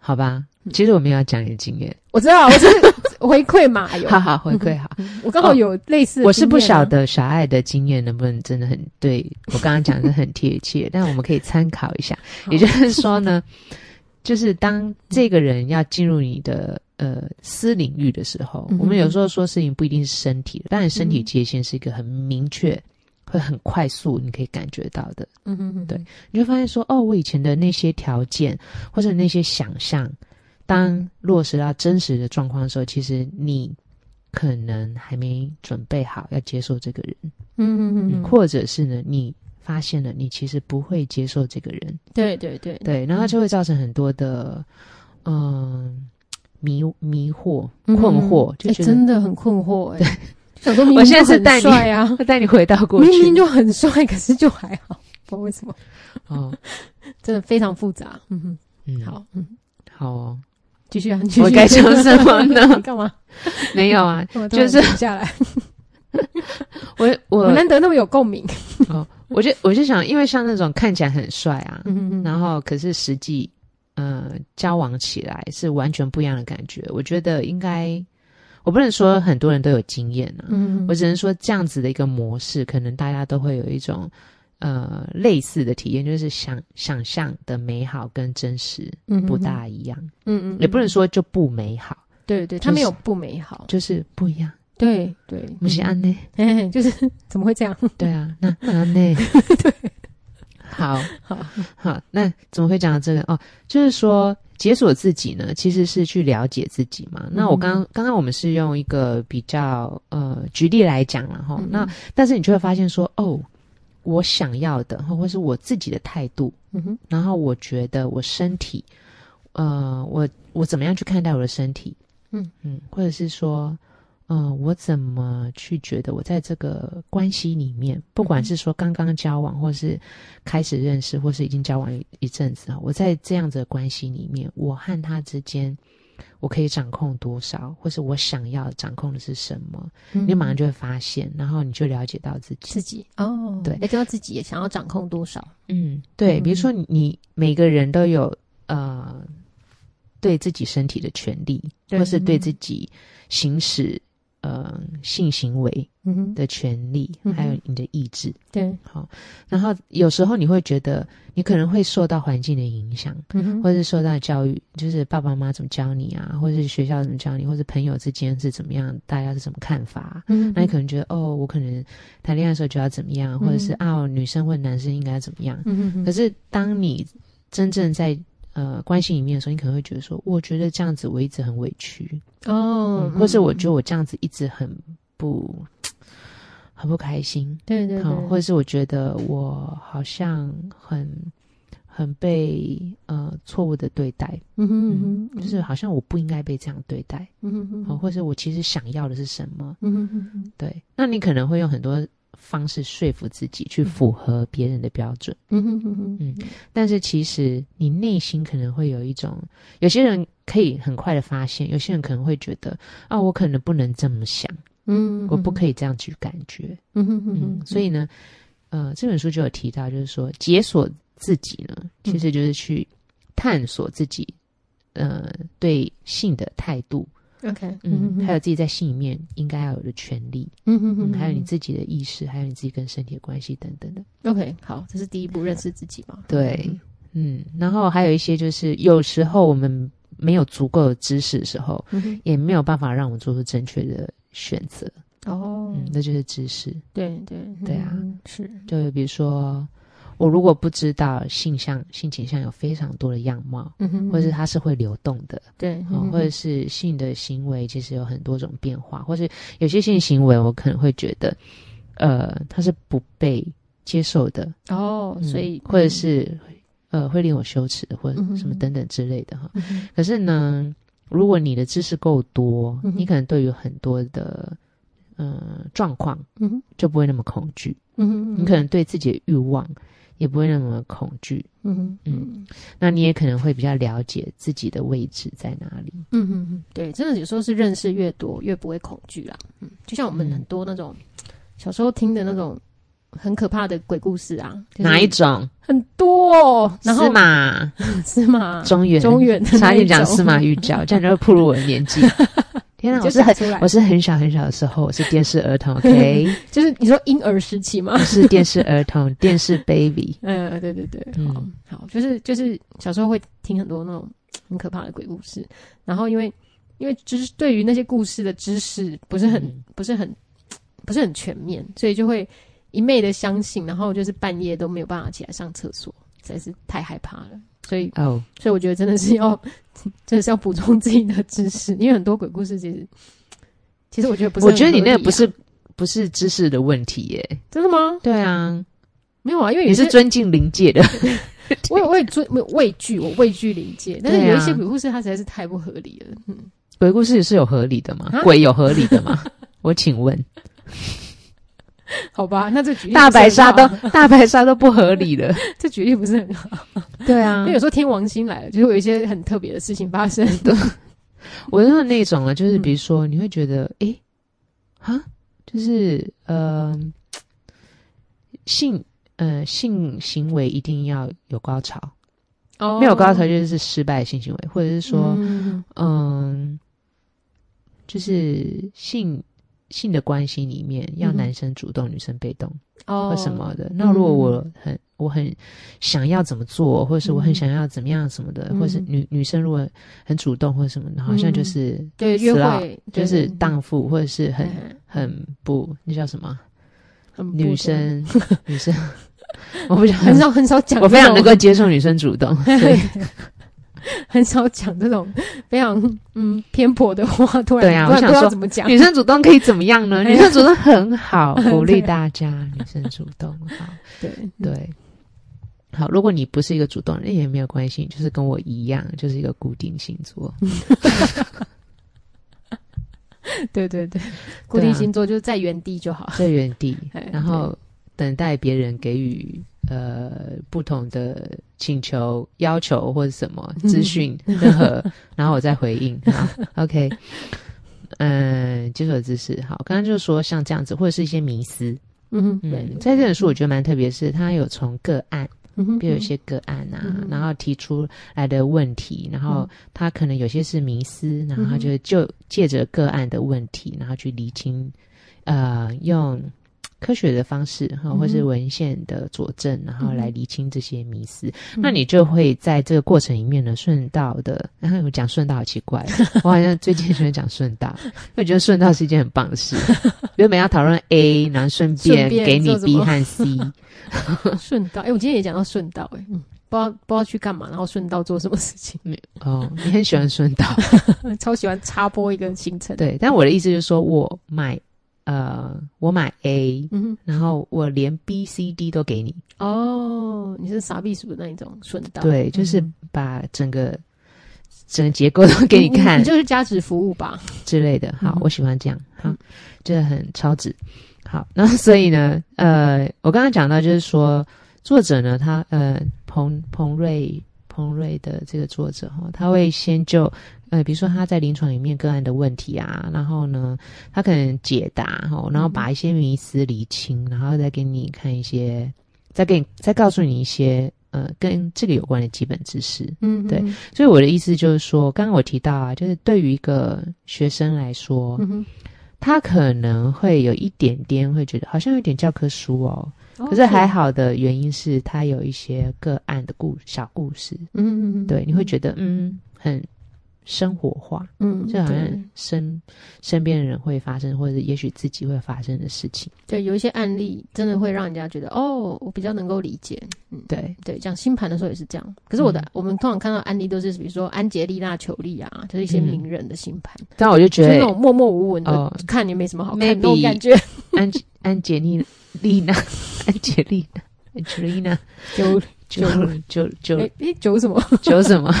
S2: 好吧。其实我们要讲你的经验，
S1: 我知道，
S2: *laughs*
S1: 我就是回馈嘛，有
S2: 好好回
S1: *laughs*
S2: 馈好。
S1: 我刚好有类似的经验啊、
S2: 我是不晓得小爱的经验能不能真的很
S1: *laughs*
S2: 对我刚刚讲的很贴切，但我们可以参考一下。
S1: 好 *laughs*
S2: 也就是说呢，就是当这个人要进入你的呃私领域的时候，
S1: 嗯哼
S2: 我们有时候说事情不一定是身体的，当然身体
S1: 嗯
S2: 界限是一个很明确、会很快速你可以感觉到的。
S1: 嗯哼哼，
S2: 对，你就发现说，哦，我以前的那些条件或者那些想象，
S1: 嗯
S2: 当落实到真实的状况的时候，其实你可能还没准备好要接受这个人，
S1: 嗯哼哼哼，
S2: 或者是呢，你发现了你其实不会接受这个人，
S1: 对对对，
S2: 对，然后就会造成很多的嗯、迷迷惑、
S1: 嗯
S2: 困惑，就
S1: 哎
S2: 觉得。
S1: 真的很困惑哎。想说明
S2: 我
S1: 明
S2: 现在
S1: 就是很
S2: 带你
S1: 帅啊，
S2: 我带你回到 *laughs* 过去，
S1: 明明就很帅，可是就还好，不知道为什么，
S2: 哦，
S1: 真的非常复杂。嗯哼，*laughs*
S2: 嗯，
S1: 好，嗯，
S2: 好哦，
S1: 继续啊，你继续。
S2: 我该讲什么呢
S1: *laughs* 你干嘛？
S2: 没有啊，
S1: 我
S2: 就是
S1: 突然停下来，
S2: 我
S1: 我
S2: 我
S1: 难得那么有共鸣。
S2: 我就我就想，因为像那种看起来很帅啊，
S1: 嗯
S2: 然后可是实际呃交往起来是完全不一样的感觉。我觉得应该，我不能说很多人都有经验啊，
S1: 嗯
S2: 我只能说这样子的一个模式，可能大家都会有一种呃类似的体验，就是想想象的美好跟真实
S1: 嗯
S2: 不，大一样，
S1: 嗯嗯，
S2: 也不能说就不美好，
S1: 对对，
S2: 就
S1: 他没
S2: 是
S1: 有不美好，
S2: 就是不一样。
S1: 对对，
S2: 不是安呢？
S1: 哎，就是怎么会这样？
S2: *laughs*
S1: *laughs*
S2: 对啊，那那安呢？对，好。
S1: 好，
S2: 好，那怎么会讲到这个？哦，就是说解锁自己呢，其实是去了解自己嘛。那我
S1: 嗯
S2: 刚刚刚刚我们是用一个比较呃举例来讲了哈，
S1: 嗯
S2: 那但是你就会发现说，哦，我想要的，或或是我自己的态度，
S1: 嗯哼，
S2: 然后我觉得我身体，呃，我我怎么样去看待我的身体？
S1: 嗯
S2: 嗯，或者是说，嗯、我怎么去觉得我在这个关系里
S1: 嗯
S2: 面，不管是说刚刚交往，或是开始认识，或是已经交往一一阵子啊，我在这样子的关系里面，我和他之间。我可以掌控多少，或是我想要掌控的是什么？你马上就会发现，然后你就了解到自己。
S1: 嗯自己哦，
S2: 对
S1: 了解到自己想要掌控多少，
S2: 嗯，对，比如说你你每个人都有呃对自己身体的权利，
S1: 对
S2: 或是对
S1: 嗯
S2: 自己行使呃性行为
S1: 嗯哼，
S2: 的权利，
S1: 嗯哼
S2: 还有你的意志。
S1: 对，
S2: 然后有时候你会觉得你可能会受到环境的影响，
S1: 嗯哼，
S2: 或是受到教育，就是爸爸妈妈怎么教你啊，或是学校怎么教你，或是朋友之间是怎么样，大家是怎么看法啊、
S1: 嗯
S2: 那你可能觉得哦，我可能谈恋爱的时候就要怎么样，或者是
S1: 嗯
S2: 啊，女生或男生应该怎么样，
S1: 嗯哼，
S2: 可是当你真正在呃关系里面的时候，你可能会觉得说，我觉得这样子我一直很委屈，
S1: 哦，
S2: 或是我
S1: 嗯
S2: 觉得我这样子一直很不很不开心，
S1: 对对
S2: 好、
S1: 对，
S2: 或者是我觉得我好像很很被呃错误的对待，
S1: 嗯哼嗯哼，
S2: 就是好像我不应该被这样对待，
S1: 嗯哼嗯
S2: 好、
S1: 哼
S2: 或者我其实想要的是什么？
S1: 嗯哼嗯哼
S2: 对，那你可能会用很多方式说服自己去符合别人的标准。
S1: 嗯哼嗯哼
S2: 嗯但是其实你内心可能会有一种，有些人可以很快的发现，有些人可能会觉得啊，我可能不能这么想，
S1: 嗯，
S2: 我不可
S1: 以，
S2: 以这样去感觉。
S1: 嗯哼嗯
S2: 嗯，
S1: 哼，
S2: 所
S1: 以
S2: 以呢，呃，这本书就有提到，就是说解锁自己呢，
S1: 嗯
S2: 其实就是去探索自己，呃，对性的态度，
S1: OK，
S2: 嗯，还
S1: 有
S2: 有自己在性里面应该要有的权利，
S1: 嗯哼
S2: 嗯，
S1: 嗯，
S2: 还有你自己的意识，还有你自己跟身体的关系等等的。
S1: OK，好，这是第一步，认识自己嘛？
S2: 对，嗯，然后还有一些就是有时候我们没有足够的知识的时候，
S1: 嗯哼，
S2: 也没有办法让我们做出正确的选择，
S1: 哦，
S2: 嗯，那就是知识。
S1: 对对
S2: 对啊，
S1: 嗯是，
S2: 就比如说，我如果不知道性向、性倾向有非常多的样貌，
S1: 嗯哼，
S2: 或者是它是会流动的，
S1: 对，
S2: 哦
S1: 嗯
S2: 或者是性的行为其实有很多种变化，或是有些性行为我可能会觉得，呃，它是不被接受的，
S1: 哦，所
S2: 嗯
S1: 以
S2: 或者是呃会令我羞耻的，或者
S1: 嗯哼
S2: 什么
S1: 哼
S2: 等等之类的哈。
S1: 嗯哼
S2: 可是呢，如果你的知识够多，
S1: 嗯哼
S2: 你可能对于很多的呃状况
S1: 嗯哼
S2: 就不会那么恐惧，
S1: 嗯哼，
S2: 你可能对自己的欲望也不会那么恐惧。
S1: 嗯哼嗯
S2: 嗯，那你也可能会比较了解自己的位置在哪里。
S1: 嗯哼嗯，对，真的有时候是认识越多，越不会恐惧啦。嗯，就像我们
S2: 嗯
S1: 很多那种小时候听的那种很可怕的鬼故事啊，就是
S2: 哪一种？
S1: 很多哦，然后
S2: 司马
S1: 司马
S2: 中原，
S1: 中原的
S2: 差
S1: 那一
S2: 点讲
S1: 种
S2: 司马玉娇，这样就会暴露我的年
S1: *laughs*
S2: 纪。天
S1: 你
S2: 哪，
S1: 就
S2: 我是很
S1: 讲出来
S2: 我，是很小很小的时候，我是电视
S1: *laughs*
S2: 儿童，OK，
S1: 就是你说婴儿时期嘛
S2: 我，是电视儿童，电视 baby。
S1: 嗯，对对对，
S2: 嗯
S1: 好，好，就是就是小时候会听很多那种很可怕的鬼故事。然后因为因为就是对于那些故事的知识不是很、
S2: 嗯
S1: 不是很不是很全面，所以就会一昧的相信，然后就是半夜都没有办法起来上厕所，实在是太害怕了。所以，
S2: 哦，
S1: 所以我觉得真的是要，真的是要补充自己的知识，因为很多鬼故事其实，其实我觉得不是
S2: 我
S1: 很合理啊、
S2: 觉得你那个不是不是知识的问题耶，
S1: 真的吗？
S2: 对啊，
S1: 没有啊，因为
S2: 你
S1: 有
S2: 是
S1: 些
S2: 尊敬灵
S1: *laughs*
S2: 界的，
S1: 我有我也尊我有畏惧，我畏惧灵界，但是
S2: 对啊
S1: 有一些鬼故事它实在是太不合理了。嗯，
S2: 鬼故事是有合理的吗
S1: 啊？
S2: 鬼有合理的吗？我
S1: *laughs*
S2: 请问，
S1: 好吧，那这举例不是
S2: 大
S1: 很
S2: 白鲨
S1: 好
S2: 都
S1: 啊
S2: 大白鲨都不合理
S1: *laughs*
S2: 了，
S1: 这举例不是很好，
S2: 对啊
S1: 因为有时候天王星来了，就是有一些很特别的事情发生。
S2: 我是说那种啊，
S1: 嗯
S2: 就是比如说，你会觉得，诶，啊，就是呃，性呃性行为一定要有高潮，
S1: 哦
S2: *laughs* 没有高潮就是失败的性行为，或者是说，
S1: 嗯
S2: 嗯，就是性性的关系里面
S1: 嗯
S2: 要
S1: 哼
S2: 男生主动，女生被动
S1: 哦
S2: 或什么的。那如果我很我很想要怎么做，或者是我很
S1: 嗯
S2: 想要怎么样什么的，
S1: 嗯
S2: 或者是女女生如果很主动或者什么的，好像就是
S1: 对约
S2: slut，
S1: 会
S2: 啊就是
S1: 对
S2: 荡妇或者是很
S1: 嗯
S2: 很不那叫什么
S1: *laughs* 很不
S2: 女生 *laughs* 女生，我不想
S1: *laughs* 很少很少讲这种，
S2: 我非常能够接受女生主动，对
S1: 很少讲这种非常嗯偏颇的话，突然
S2: 对啊
S1: 突
S2: 我
S1: 然不
S2: 想
S1: 知道
S2: 说
S1: 怎么讲，
S2: 女生主动可以怎么样呢？
S1: 哎呀
S2: 女生主动很
S1: *laughs*
S2: 好，鼓励大家，女生主动好，
S1: 对
S2: 对。好，如果你不是一个主动人，也没有关系，就是跟我一样，就是一个固定星
S1: *laughs*
S2: 座。
S1: 对对
S2: 啊
S1: 对，固定星座就是在原地就好。
S2: 在原地
S1: 哎，
S2: 然后等待别人给予呃不同的请求、要求或者什么资讯，任何， *laughs* 然后我再回应。好 *laughs* OK，嗯，接受的知识。好，刚刚就说像这样子，或者是一些迷思。
S1: 嗯哼，对
S2: 嗯，，在这本书我觉得蛮特别，是它有从个案，
S1: 嗯哼
S2: 比如有
S1: *laughs*
S2: 些个案啊，
S1: 嗯
S2: 然后提出来的问题，然后他可能有些是迷思，然后
S1: 嗯
S2: 他就就借着个案的问题，然后去厘清，呃，用科学的方式哈，或是
S1: 嗯哼
S2: 文献的佐证，然后
S1: 嗯
S2: 来厘清这些迷思。
S1: 嗯
S2: 那你就会在这个过程里面呢，顺道的，然后我讲顺道好奇怪，哦我好像最近喜欢讲顺道， *laughs* 因为我觉得顺道是一件很棒的事。原本要讨论 A，
S1: *laughs*
S2: 然后顺便
S1: 顺便
S2: 给你
S1: 做什
S2: B
S1: 么
S2: 和 C，
S1: 顺道，哎、我今天也讲到顺道、哎，嗯，不知道不知道去干嘛，然后顺道做什么事情， *laughs*
S2: 哦，你很喜欢顺道，
S1: 超喜欢插播一个行程。，
S2: 对。但我的意思就是说我买呃，我买 A，
S1: 嗯
S2: 然后我连 B、C、D 都给你，
S1: 哼，哦，你是傻逼是不是那一种顺道？
S2: 对，就是
S1: 嗯
S2: 把整个整个结构都给你
S1: 嗯你
S2: 看
S1: 就是价值服务吧？
S2: 之类的。好
S1: 嗯，
S2: 我喜欢这样，好
S1: 嗯，
S2: 这很超值。好， *laughs* 那所以呢，呃，我刚刚讲到就是说，作者呢，他呃，彭彭瑞彭瑞的这个作者哈，他会先就呃，比如说他在临床里面个案的问题啊，然后呢，他可能解答哈，然后把一些迷思厘清，然后再给你看一些，再给你再告诉你一些呃，跟这个有关的基本知识。
S1: 嗯，
S2: 对所以我的意思就是说，刚刚我提到啊，就是对于一个学生来说，
S1: 嗯哼，
S2: 他可能会有一点点会觉得好像有点教科书哦。
S1: 哦
S2: 可是还，好的原因是他有一些个案的故小故事，
S1: 嗯嗯嗯，
S2: 对，你会觉得嗯很生活化，
S1: 嗯，
S2: 就好
S1: 对
S2: 像身身边的人会发生，或者也许自己会发生的事情。
S1: 对，有一些案例真的会让人家觉得，哦，我比较能够理解。
S2: 对，
S1: 对，讲星盘的时候也是这样。可是我的，
S2: 嗯
S1: 我们通常看到案例都是，比如说安杰丽娜·裘丽啊，就是一些
S2: 嗯
S1: 名人的星盘，
S2: 但我就
S1: 就
S2: 觉
S1: 是那
S2: 得
S1: 种默默无闻的
S2: 哦，
S1: 看也没什么好看那
S2: Maybe-
S1: 种感
S2: *laughs*
S1: 觉。
S2: 安安杰丽丽娜， *laughs* 安杰丽娜，安杰
S1: *laughs*
S2: 丽娜，
S1: 九
S2: 九九九
S1: 哎哎九
S2: *laughs*
S1: 什么
S2: 九什么？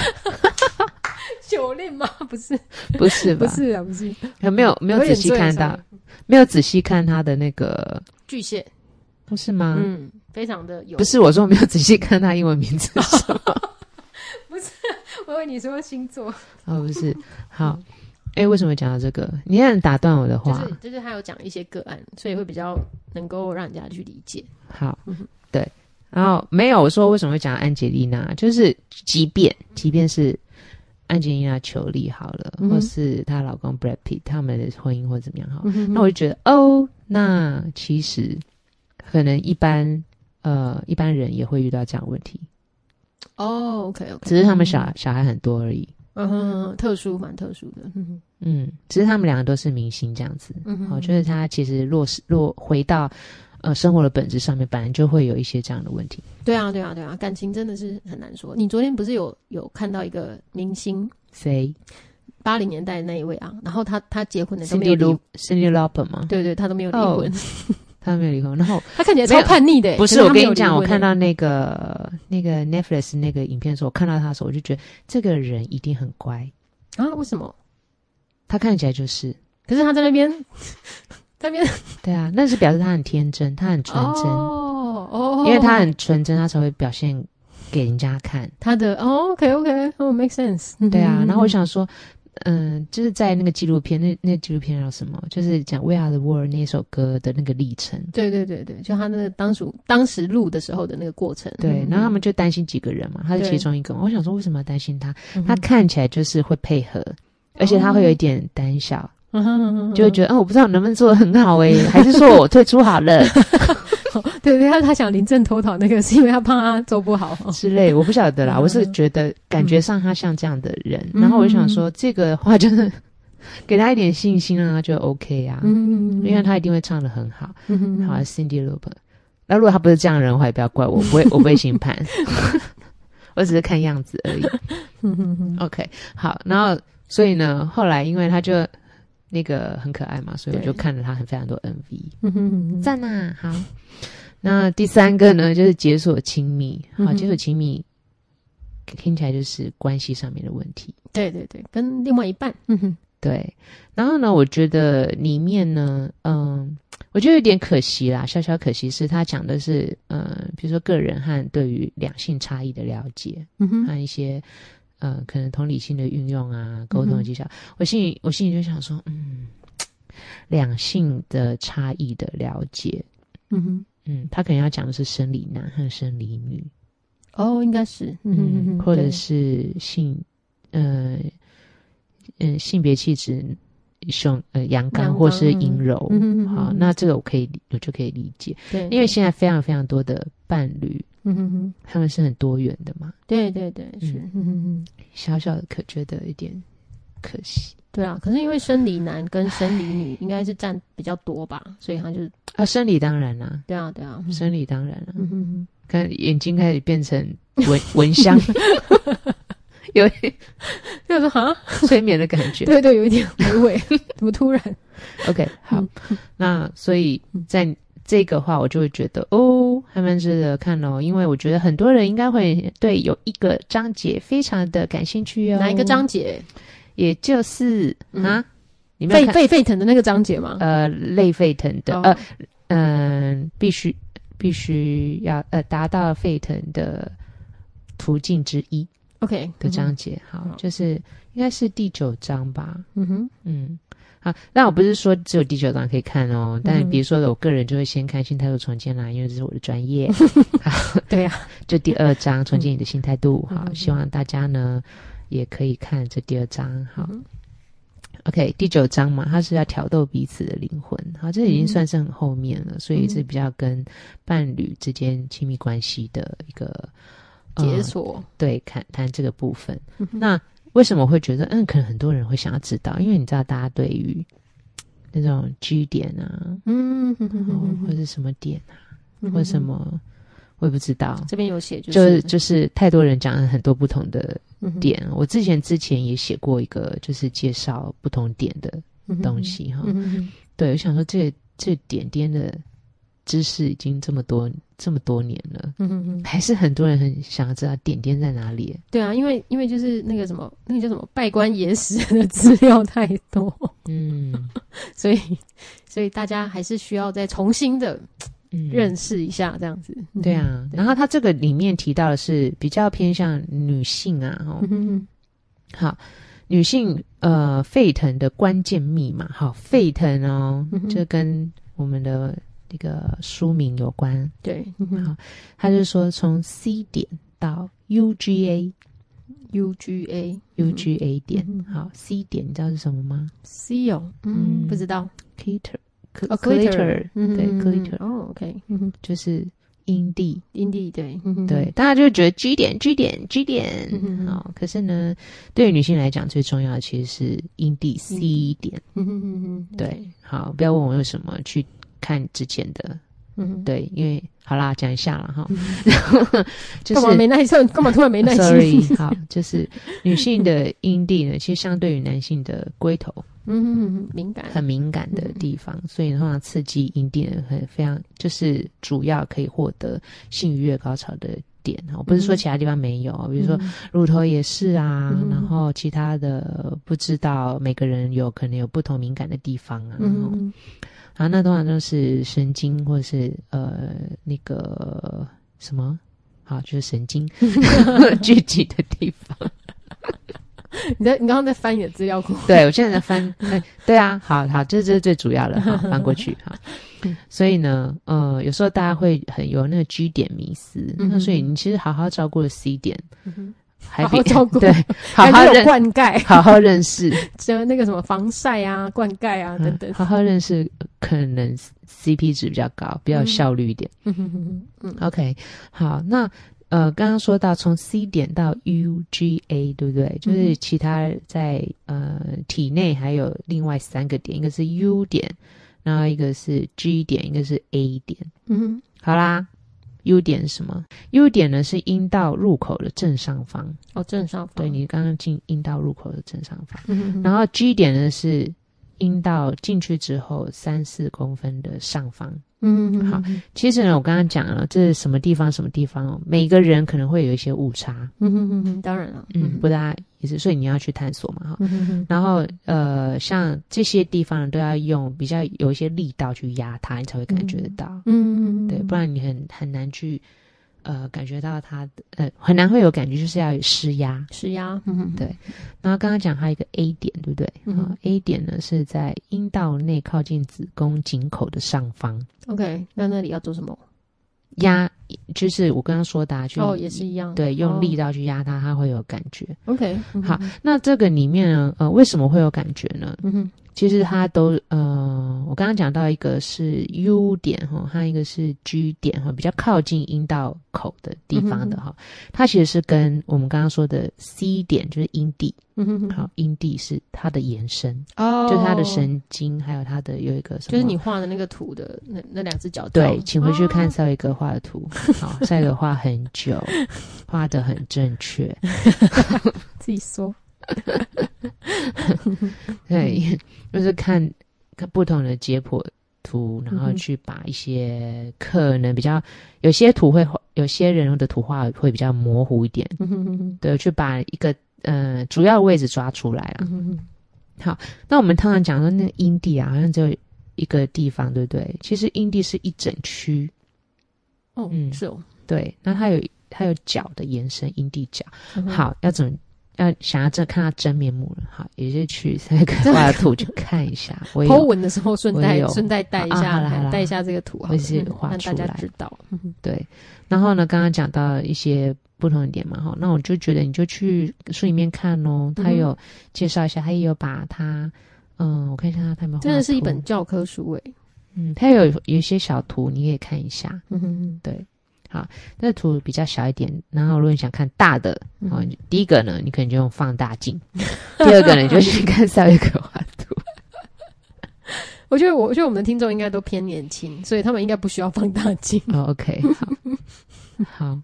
S1: 九令吗？不是，
S2: 不是吧？
S1: 不是啊，不是
S2: 有没有没有
S1: 我
S2: 仔
S1: 眼
S2: 细
S1: 醉了
S2: 看
S1: 稍
S2: 到
S1: 微，
S2: 没有仔细看他的那个，
S1: 巨蟹，
S2: 不是吗？
S1: 嗯，非常的有。
S2: 不，是，我说没有仔细看他英文名字
S1: *laughs*
S2: 是什么？
S1: 我以为你说星座，
S2: 哦，不是，好，哎、为什么讲到这个？你很打断我的
S1: 就
S2: 话，
S1: 是就是他有讲一些个案，所以会比较能够让人家去理解。
S2: 好
S1: 嗯哼，
S2: 对，然后没有，我说为什么会讲安吉丽娜？就是即便即便是安吉丽娜·裘丽好了，
S1: 嗯哼
S2: 或是她老公 Brad Pitt 他们的婚姻或怎么样好了，
S1: 嗯哼
S2: 那我就觉得哦，那其实可能一般呃一般人也会遇到这样的问题，
S1: 哦，OK OK，
S2: 嗯只是他们小小孩很多而已。
S1: 嗯，特殊蛮特殊的，嗯
S2: 嗯，只是他们两个都是明星这样子，
S1: 嗯哼
S2: 我觉得他其实落实落回到呃生活的本质上面，本来就会有一些这样的问题。
S1: 对啊对啊对啊，感情真的是很难说。你昨天不是有有看到一个明星
S2: 谁
S1: 八零年代的那一位啊，然后他他结婚的都没有
S2: ？Cindy
S1: 离
S2: Lu Cindy Lauper 吗？
S1: 对对，他都没有离
S2: 哦
S1: 婚，
S2: 他没有离婚。然后
S1: 他看起来超叛逆的欸、
S2: 不是
S1: 可
S2: 我
S1: 他没
S2: 跟
S1: 有
S2: 你讲，
S1: 离
S2: 我
S1: 婚
S2: 看
S1: 欸
S2: 到那个那个 Netflix 那个影片的时候，我看到他的时候，我就觉得这个人一定很乖，
S1: 啊，为什么？
S2: 他看起来就是。
S1: 可是他在那边， *laughs* 在那边
S2: 对啊，那是表示他很天真，他很纯真，
S1: 哦哦，
S2: 因为他很纯真，他才会表现给人家看。
S1: 他的哦，OK OK，哦，make sense，嗯
S2: 对啊，然后我
S1: 想。
S2: 想说，嗯、就是在那个纪录片，那那纪录片叫什么？就是讲《We Are the World》那首歌的那个历程。
S1: 对对对对，就他那个当时当时录的时候的那个过程。
S2: 对，
S1: 嗯
S2: 然后他们就担心几个人嘛，他是
S1: 对
S2: 其中一个嘛。我想说，为什么要担心他？
S1: 嗯
S2: 他看起来就是会配合，而且他会有一点胆小，
S1: 嗯哼嗯哼
S2: 就会觉得，哦，我不知道我能不能做的很好诶、还是说我退出好
S1: *laughs*
S2: 了
S1: 得，对对，他他想临阵脱逃那个 *laughs* 是因为他怕他做不
S2: *laughs*
S1: 好。
S2: 之类。我不晓得啦，
S1: 嗯
S2: 我是觉得感觉上他像这样的人，然后我就想说，这个话就是 *laughs* 给他一点信心，让他就 OK 啊，
S1: 嗯
S2: 因为他一定会唱的很好。
S1: 嗯
S2: 好、啊、，Cindy Lauper。那如果他不是这样的人的话，也不要怪我，我不会，我不会评判， *laughs* 我只是看样子而已。OK，好，
S1: *laughs*
S2: 然后所以呢，后来因为他就那个很可爱嘛，所以我
S1: 对
S2: 就看了他很非常多 MV，
S1: 嗯
S2: 赞呐、好，那第三个呢，就是解锁亲密，好，
S1: 嗯哼
S2: 解锁亲密。听起来就是关系上面的问题，
S1: 对对对，跟另外一半，嗯哼，
S2: 对。然后呢，我觉得里面呢，嗯，我觉得有点可惜啦，小小可惜是他讲的是，嗯，比如说个人和对于两性差异的了解，
S1: 嗯哼，
S2: 和一些呃可能同理心的运用啊，沟通的技巧。我心里我心里就想说，嗯，两性的差异的了解，
S1: 嗯哼，
S2: 嗯，他可能要讲的是生理男和生理女，
S1: 哦，应该是，嗯哼，
S2: 或者
S1: 对
S2: 是性，呃，嗯、性别气质。雄呃阳刚
S1: 阳
S2: 或是
S1: 刚
S2: 阴柔，
S1: 嗯哼嗯哼
S2: 好，
S1: 嗯
S2: 那这个我可以理我就可以理解，
S1: 对，
S2: 因为现在非常非常多的伴侣，
S1: 嗯哼哼，
S2: 他们是很多元的嘛，
S1: 对对对，是，嗯哼哼，
S2: 小小的可觉得有点可惜。
S1: 对啊。可是因为生理男跟生理女应该是占比较多 *laughs* 吧，所以他就
S2: 啊，生理当然啦、
S1: 对啊对啊，
S2: 生理当然啦、
S1: 嗯哼 *laughs* 哼，
S2: 看眼睛开始变成蚊蚊香， *laughs* 有一
S1: 就说哈，
S2: 催眠的感觉。
S1: 对对，有一点回味， *laughs* 怎么突然？
S2: OK，好，那所以在这个话，我就会觉得哦，还蛮值得看哦，因为我觉得很多人应该会对有一个章节非常的感兴趣哦。
S1: 哪一个？章节？
S2: 也就是、
S1: 嗯
S2: 啊，你们
S1: 沸
S2: 看
S1: 沸沸腾的那个章节吗？
S2: 呃类沸腾的、
S1: 哦
S2: 呃嗯、必须必须要呃达到沸腾的途径之一。
S1: ，OK
S2: 的，章节，好，
S1: 好
S2: 就是应该是第九章吧，
S1: 嗯哼，
S2: 嗯，好，但我不是说只有第九章可以看哦，但
S1: 嗯
S2: 比如说我个人就会先看《新态度重建》啦，因为这是我的专业，
S1: *laughs* 对呀，
S2: *laughs* 就第二章重建你的新态度，
S1: 嗯
S2: 好，
S1: 嗯
S2: 希望大家呢也可以看这第二章，好
S1: 嗯哼
S2: ，OK，第九章嘛，它是要挑逗彼此的灵魂，好，这已经
S1: 嗯
S2: 算是很后面了，所以
S1: 嗯
S2: 是比较跟伴侣之间亲密关系的一个呃
S1: 解锁，
S2: 对，谈谈这个部分。
S1: 嗯哼
S2: 那为什么会觉得，嗯，可能很多人会想要知道，因为你知道，大家对于那种 G 点啊，
S1: 嗯哼哼
S2: 然后
S1: 哼
S2: 或
S1: 哼
S2: 者什么点啊，
S1: 哼，
S2: 或者什么，我也不知道。
S1: 这边有写，就
S2: 就是
S1: 是
S2: 就是太多人讲了很多不同的
S1: 嗯
S2: 点，我之前之前也写过一个，就是介绍不同点的
S1: 嗯哼
S2: 东，西哈。
S1: 嗯哼哼
S2: 对，我想说这这点点的知识已经这么多这么多年了，
S1: 嗯哼哼，
S2: 还是很多人很想要知道点点在哪里。
S1: 对啊，因为因为就是那个什么，那个叫什么拜官野史的资料太多，
S2: 嗯，
S1: 所以所以大家还是需要再重新的
S2: 嗯
S1: *laughs* 认识一下，这样子，
S2: 对啊，然后他这个里面提到的是比较偏向女性啊，哦
S1: 嗯，哼哼，
S2: 好，女性呃沸腾的关键密码，好沸腾哦
S1: 嗯，哼
S2: 这跟我们的那个书名有关。
S1: 对，嗯哼
S2: 好他是说从 C 点到 UGA
S1: ，UGA
S2: UGA 点
S1: 嗯，哼
S2: 好 C 点你知道是什么吗
S1: C 哦，
S2: 嗯
S1: 嗯，不知道，
S2: ？Glitter，
S1: 哦
S2: glitter，
S1: 嗯
S2: 对
S1: 嗯嗯
S2: ，glitter
S1: 哦，OK，嗯哼
S2: 就是阴历，
S1: 阴历对，嗯
S2: 对，，大家就觉得 G 点 G 点 G 点
S1: 嗯哼哼
S2: 哦，可是呢，对于女性来讲，最重要的其实是阴历 C 点，
S1: 嗯嗯嗯嗯，
S2: 对，好，不要问我为什么去看之前的，
S1: 嗯，
S2: 对，因为好啦，讲一下了 *laughs* 哈，就
S1: 干嘛
S2: 是
S1: 没耐心？干嘛突然没耐
S2: sorry，
S1: 心？
S2: 好，就是女性的阴蒂呢，其实相对于男性的龟头
S1: *laughs* 嗯，嗯嗯敏感，
S2: 很敏感的地方，
S1: 嗯
S2: 所以通常刺激阴蒂呢，很非常就是主要可以获得性愉悦高潮的点哈。我不是说
S1: 嗯
S2: 其他地方没有，哦比如说
S1: 嗯
S2: 乳头也是啊，
S1: 嗯
S2: 然后其他的不知道每个人有可能有不同敏感的地方啊。
S1: 嗯
S2: 哦
S1: 嗯
S2: 啊，那通常都是神经或者是呃那个什么，好，就是神
S1: *laughs*
S2: 经 *laughs* 聚集的地方。
S1: 嗯你在你刚刚在翻你的资料库，
S2: 对我现在在翻，哎对啊，好好，这这是最主要的，好，翻过去
S1: *laughs*
S2: 哈。
S1: 嗯
S2: 所以呢，呃，有时候大家会很有那个 G 点迷思，
S1: 嗯
S2: 那所以你其实好好照顾了 C 点，还
S1: 好
S2: 比
S1: 好照顾
S2: *laughs* 对，好
S1: 感
S2: 好
S1: 觉有
S2: 认，
S1: 灌溉，
S2: 好好认识，
S1: 就那个什么防晒啊、灌溉啊等等
S2: 嗯，好好认识，可能 CP 值比较高，比较有
S1: 嗯
S2: 效率一点。
S1: 嗯嗯嗯嗯嗯
S2: OK，好，那呃，刚刚说到从 C 点到 UGA，对不对？
S1: 嗯
S2: 就是其他在呃体内还有另外三个点，一个是 U 点，然后一个是 G 点，一个是 A 点。
S1: 嗯
S2: 好啦，U 点是什么？U 点呢是阴道入口的正上方，
S1: 哦，正上方，
S2: 对你刚刚进阴道入口的正上方。
S1: 嗯，嗯
S2: 然后 G 点呢是阴道进去之后三四公分的上方。
S1: 嗯嗯嗯
S2: 好，其实呢，我刚刚讲了，这是什么地方什么地方哦，每个人可能会有一些误差，
S1: 嗯嗯嗯嗯，当然了，
S2: 嗯，不大也是，所以你要去探索嘛，哈。
S1: 嗯嗯
S2: 然后呃，像这些地方都要用比较有一些力道去压它，你才会感觉得到，
S1: 嗯嗯，
S2: 对，不然你很很难去呃感觉到它的，呃很难会有感觉，就是要有施压。
S1: 是呀，嗯嗯
S2: 然后刚刚讲还有一个 A 点，对不对？
S1: 嗯
S2: 啊 a 点呢是在阴道内靠近子宫颈口的上方
S1: ，OK，那那里要做什么？
S2: 压，就是我刚刚说的、啊，去
S1: 哦，也是一样，
S2: 对，用力
S1: 的
S2: 道去压它，它会有感觉。
S1: ，OK，嗯
S2: 好，那这个里面呢，呃，为什么会有感觉呢？
S1: 嗯嗯
S2: 其实它都，呃，我刚刚讲到一个是 U 点哈，还有一个是 G 点哈，比较靠近阴道口的地方的
S1: 嗯
S2: 哈，它其实是跟我们刚刚说的 C 点，就是阴蒂，
S1: 嗯嗯，嗯，
S2: 好，阴蒂是它的延伸，
S1: 哦，
S2: 就是它的，神经，还有它的有一个什么，
S1: 就是你哦画的那个图的那那两只脚，
S2: 对，，请回去看赛维格画的图，好，赛维格画很
S1: *laughs*
S2: 久，画的很正确，
S1: 自己说，嗯
S2: 对， *laughs* 就是看看不同的解剖图，然后
S1: 嗯哼
S2: 去把一些可能比较有些图会画，有些人的图画会比较模糊一点，
S1: 嗯嗯嗯
S2: 对，去把一个呃主要位置抓出来了。
S1: 嗯嗯
S2: 那我们通常讲说那个阴蒂啊，好像只有一个地方，对不对？其实阴蒂是一整区，
S1: 哦，
S2: 嗯
S1: 是哦，
S2: 对，那它有它有角的延伸，阴蒂角。
S1: 嗯嗯
S2: 好，要怎么？要想要真看他真面目了，好，也是去那个画的图去看一下。我也
S1: *laughs*
S2: 有
S1: 剖文的时候顺
S2: 我也
S1: 带
S2: 有
S1: 顺带带一
S2: 啊好啦好啦
S1: 下，带一下这个图好了，
S2: 我是
S1: 嗯
S2: 画
S1: 让
S2: 出
S1: 大家
S2: 来
S1: 知道。
S2: 对，然后呢，刚刚讲到一些不同的点嘛，哈，那我就觉得你就去书里面看咯，他
S1: 嗯哼
S2: 有介绍一下，他也有把它，嗯，我看一下他们
S1: 真的是一本，教科书诶，
S2: 嗯，他有有一些小图，你可以看一下，
S1: 嗯嗯
S2: 那图比较小一点，然后如果你想看大的，
S1: 嗯
S2: 哦，第一个呢，你可能就用放大镜；第二个呢，你就去看赛维格画图。
S1: 我觉得我，我觉得我们的听众应该都偏年轻，所以他们应该不需要放大镜。
S2: 哦，OK，好，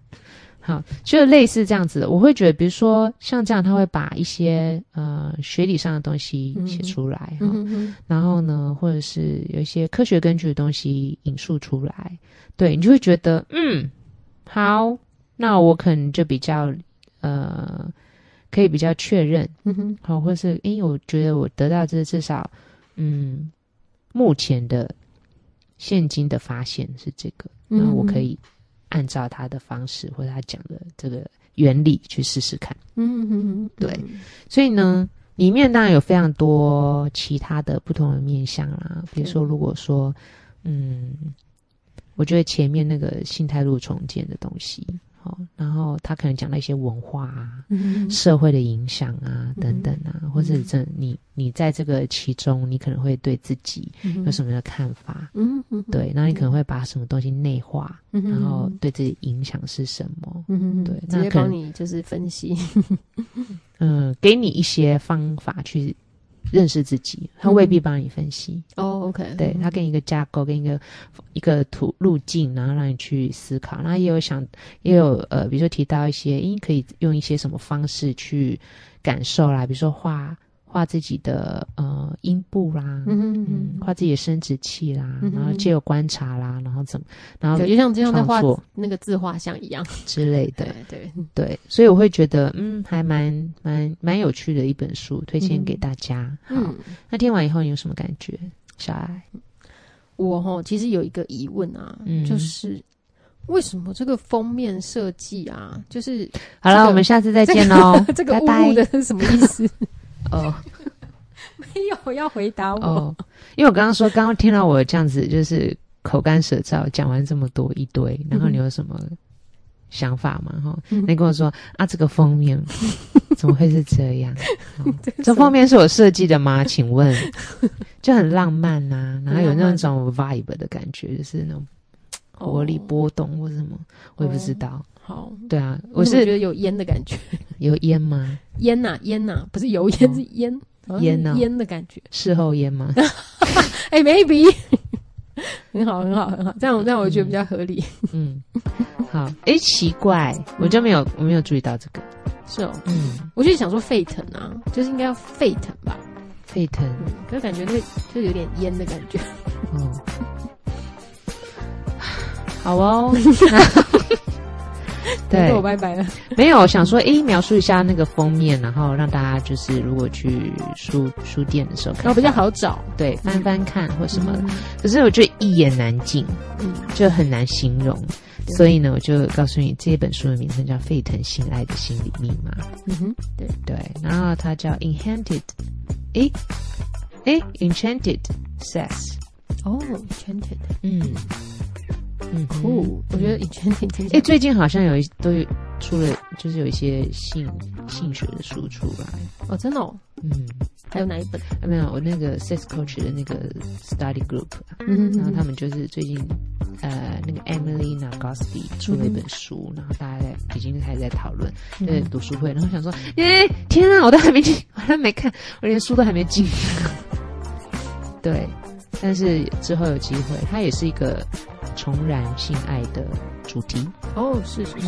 S2: 好，好，就是类似这样子的，我会觉得，比如说像这样，他会把一些呃学理上的东西写出来，哈
S1: 嗯哼哼
S2: 然后呢，或者是有一些科学根据的东西引述出来，对你就会觉得，嗯，好，那我可能就比较呃，可以比较确认，
S1: 嗯哼，
S2: 好，或是因为我觉得我得到这至少，嗯，目前的现今的发现是这个，
S1: 嗯
S2: 那我可以按照他的方式或者他讲的这个原理去试试看。
S1: 嗯哼哼，
S2: 对所以
S1: 嗯
S2: 呢，里面当然有非常多其他的不同的面向啦，比如说，如果说，嗯，我觉得前面那个心态路重建的东西，哦，然后他可能讲到一些文化啊、
S1: 嗯
S2: 社会的影响啊
S1: 嗯
S2: 等等啊，或者
S1: 嗯
S2: 这你你在这个其中，你可能会对自己有什么样的看法？
S1: 嗯嗯，
S2: 对，然后你可能会把什么东西内化，
S1: 嗯哼，
S2: 然后对自己影响是什么？
S1: 嗯哼，
S2: 对
S1: 直
S2: 那
S1: 接
S2: 可能
S1: 帮你就是分析，
S2: 嗯、给你一些方法去认识自己，他未
S1: 嗯
S2: 必帮你分析，
S1: 哦，OK，
S2: 对他给你一个架构，给你一个一个途路径，然后让你去思考。那也有想，也有呃，比如说提到一些，因可以用一些什么方式去感受啦，比如说画画自己的呃阴部啦。
S1: 嗯哼嗯
S2: 嗯
S1: 哼，
S2: 画自己的生殖器啦，
S1: 嗯哼
S2: 然后借由观察啦，然后怎么，然后
S1: 对，就像就像在画
S2: 创作
S1: 那个自画像一样，
S2: 之类的，
S1: 对对，
S2: 对，所以我会觉得，嗯，还蛮蛮蛮有趣的一本书，推荐给大家。好，
S1: 嗯，
S2: 那听完以后你有什么感觉？小爱，
S1: 我哈其实有一个疑问啊，
S2: 嗯
S1: 就是为什么这个封面设计啊，就是
S2: 好
S1: 这
S2: 了，
S1: 个，
S2: 我们下次再见喽
S1: 这个
S2: 拜
S1: 误
S2: 拜
S1: 入的是什么意思？
S2: *laughs* 哦
S1: 没有要回答我，
S2: 哦，因为我刚刚说，刚刚听到我这样子就是口干舌燥，讲完这么多一堆，然后你有什么想法吗？哈、
S1: 嗯
S2: 你跟我说啊，这个封面 *laughs* 怎么会是
S1: *laughs*
S2: 这样？哦
S1: 什
S2: 这
S1: 么
S2: 封面是我设计的吗？请
S1: *laughs*
S2: 问，就很浪漫呐、然后有
S1: 很浪漫
S2: 那种 vibe 的感觉，就是那种活
S1: 哦
S2: 力波动或者什么，我也不知道。
S1: 好，
S2: 对啊，
S1: 我
S2: 我
S1: 是觉
S2: 是
S1: 得有烟的感觉，
S2: 有烟吗？
S1: 烟呐烟呐，不是油烟
S2: 哦
S1: 是烟。好像
S2: 烟呐
S1: 烟的感觉，
S2: 事后烟吗？
S1: 哎、m a y b e 很好，很好，很好，这样这样我觉得比较合理。
S2: 嗯，好。诶，奇怪，我就没有我没有注意到这个。
S1: 是哦，
S2: 嗯。
S1: 我就想说沸腾啊，就是应该要沸腾吧，
S2: 沸腾
S1: 嗯，可是感觉那个就有点烟的感觉。
S2: 哦。 *sighs* 好哦， *laughs* 对
S1: 跟我，拜拜了。
S2: 没有想说，诶，描述一下那个封面，然后让大家就是如果去书书店的时候看
S1: 然后比
S2: 到，
S1: 较好找
S2: 对翻翻看或什
S1: 什
S2: 么
S1: 么
S2: 的
S1: 的。
S2: 可是我觉得一言难尽，
S1: 嗯，
S2: 就很难形容，
S1: 对
S2: 所以呢，我就告诉你这本书的名称叫《沸腾性爱的心理密码》。
S1: 嗯哼，对，
S2: 对，然后它叫 Enchanted，诶诶 Enchanted Sex，
S1: 哦，enchanted，
S2: 嗯嗯哼
S1: 酷，我觉得 enchanted 听起
S2: 哎、
S1: 来
S2: 最近好像有一都有出了，就是有一些性性学的书出来。
S1: 哦，真的哦，
S2: 嗯，
S1: 还有哪一本？
S2: 啊没有，我那个 sex coach 的那个 study group，啊、
S1: 嗯
S2: 然后他们就是最近呃那个 Emily Nagoski 出了一本书，然后大家在已经开始在讨论，
S1: 嗯
S2: 就是读书会，然后想说，耶、天啊，我都还没进， *laughs* 我都没看，我连书都还没进。 *laughs* 对，但是之后有机会，它也是一个重燃性爱的主题。
S1: 哦，是是是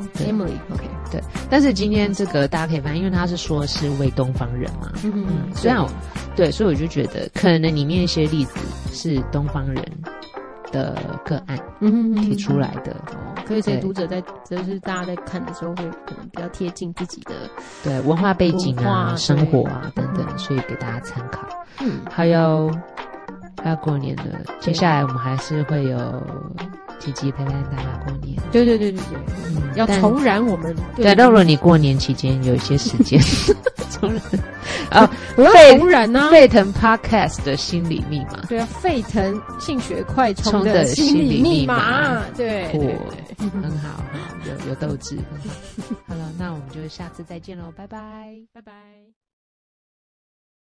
S1: ，OK，好
S2: 对
S1: ，Emily，OK，
S2: 但是今天这个大家可以发现，因为他是说是为东方人嘛，
S1: 嗯
S2: 嗯，
S1: 哼，
S2: 虽然我对，所以我就觉得可能里面一些例子是东方人的个案
S1: 嗯哦哼
S2: 提出。来的，
S1: 所以，所以
S2: 对
S1: 读者在就是大家在看的时候，会可能比较贴近自己的，
S2: 对文化背景
S1: 文
S2: 啊、
S1: 化
S2: 生活啊
S1: 对
S2: 等等，所以给大家参考。
S1: 嗯，
S2: 还有还有过年了，接下来我们还是会有几集陪伴大家过年，
S1: 对对对对对，
S2: 嗯
S1: 要
S2: 但
S1: 重燃我们
S2: 对，那如果你过年期间有一些时
S1: *laughs*
S2: 间，从人啊，
S1: 我要
S2: 沸
S1: 重燃啊呐，
S2: 沸腾 Podcast 的心理密码。
S1: 对啊，沸腾性学快充
S2: 冲的
S1: 的心
S2: 心理
S1: 理密
S2: 密码
S1: 码，对
S2: 酷
S1: 对对。
S2: 很好，有有斗志，很好。好了，那我们就下次再见喽，拜拜。
S1: 拜拜。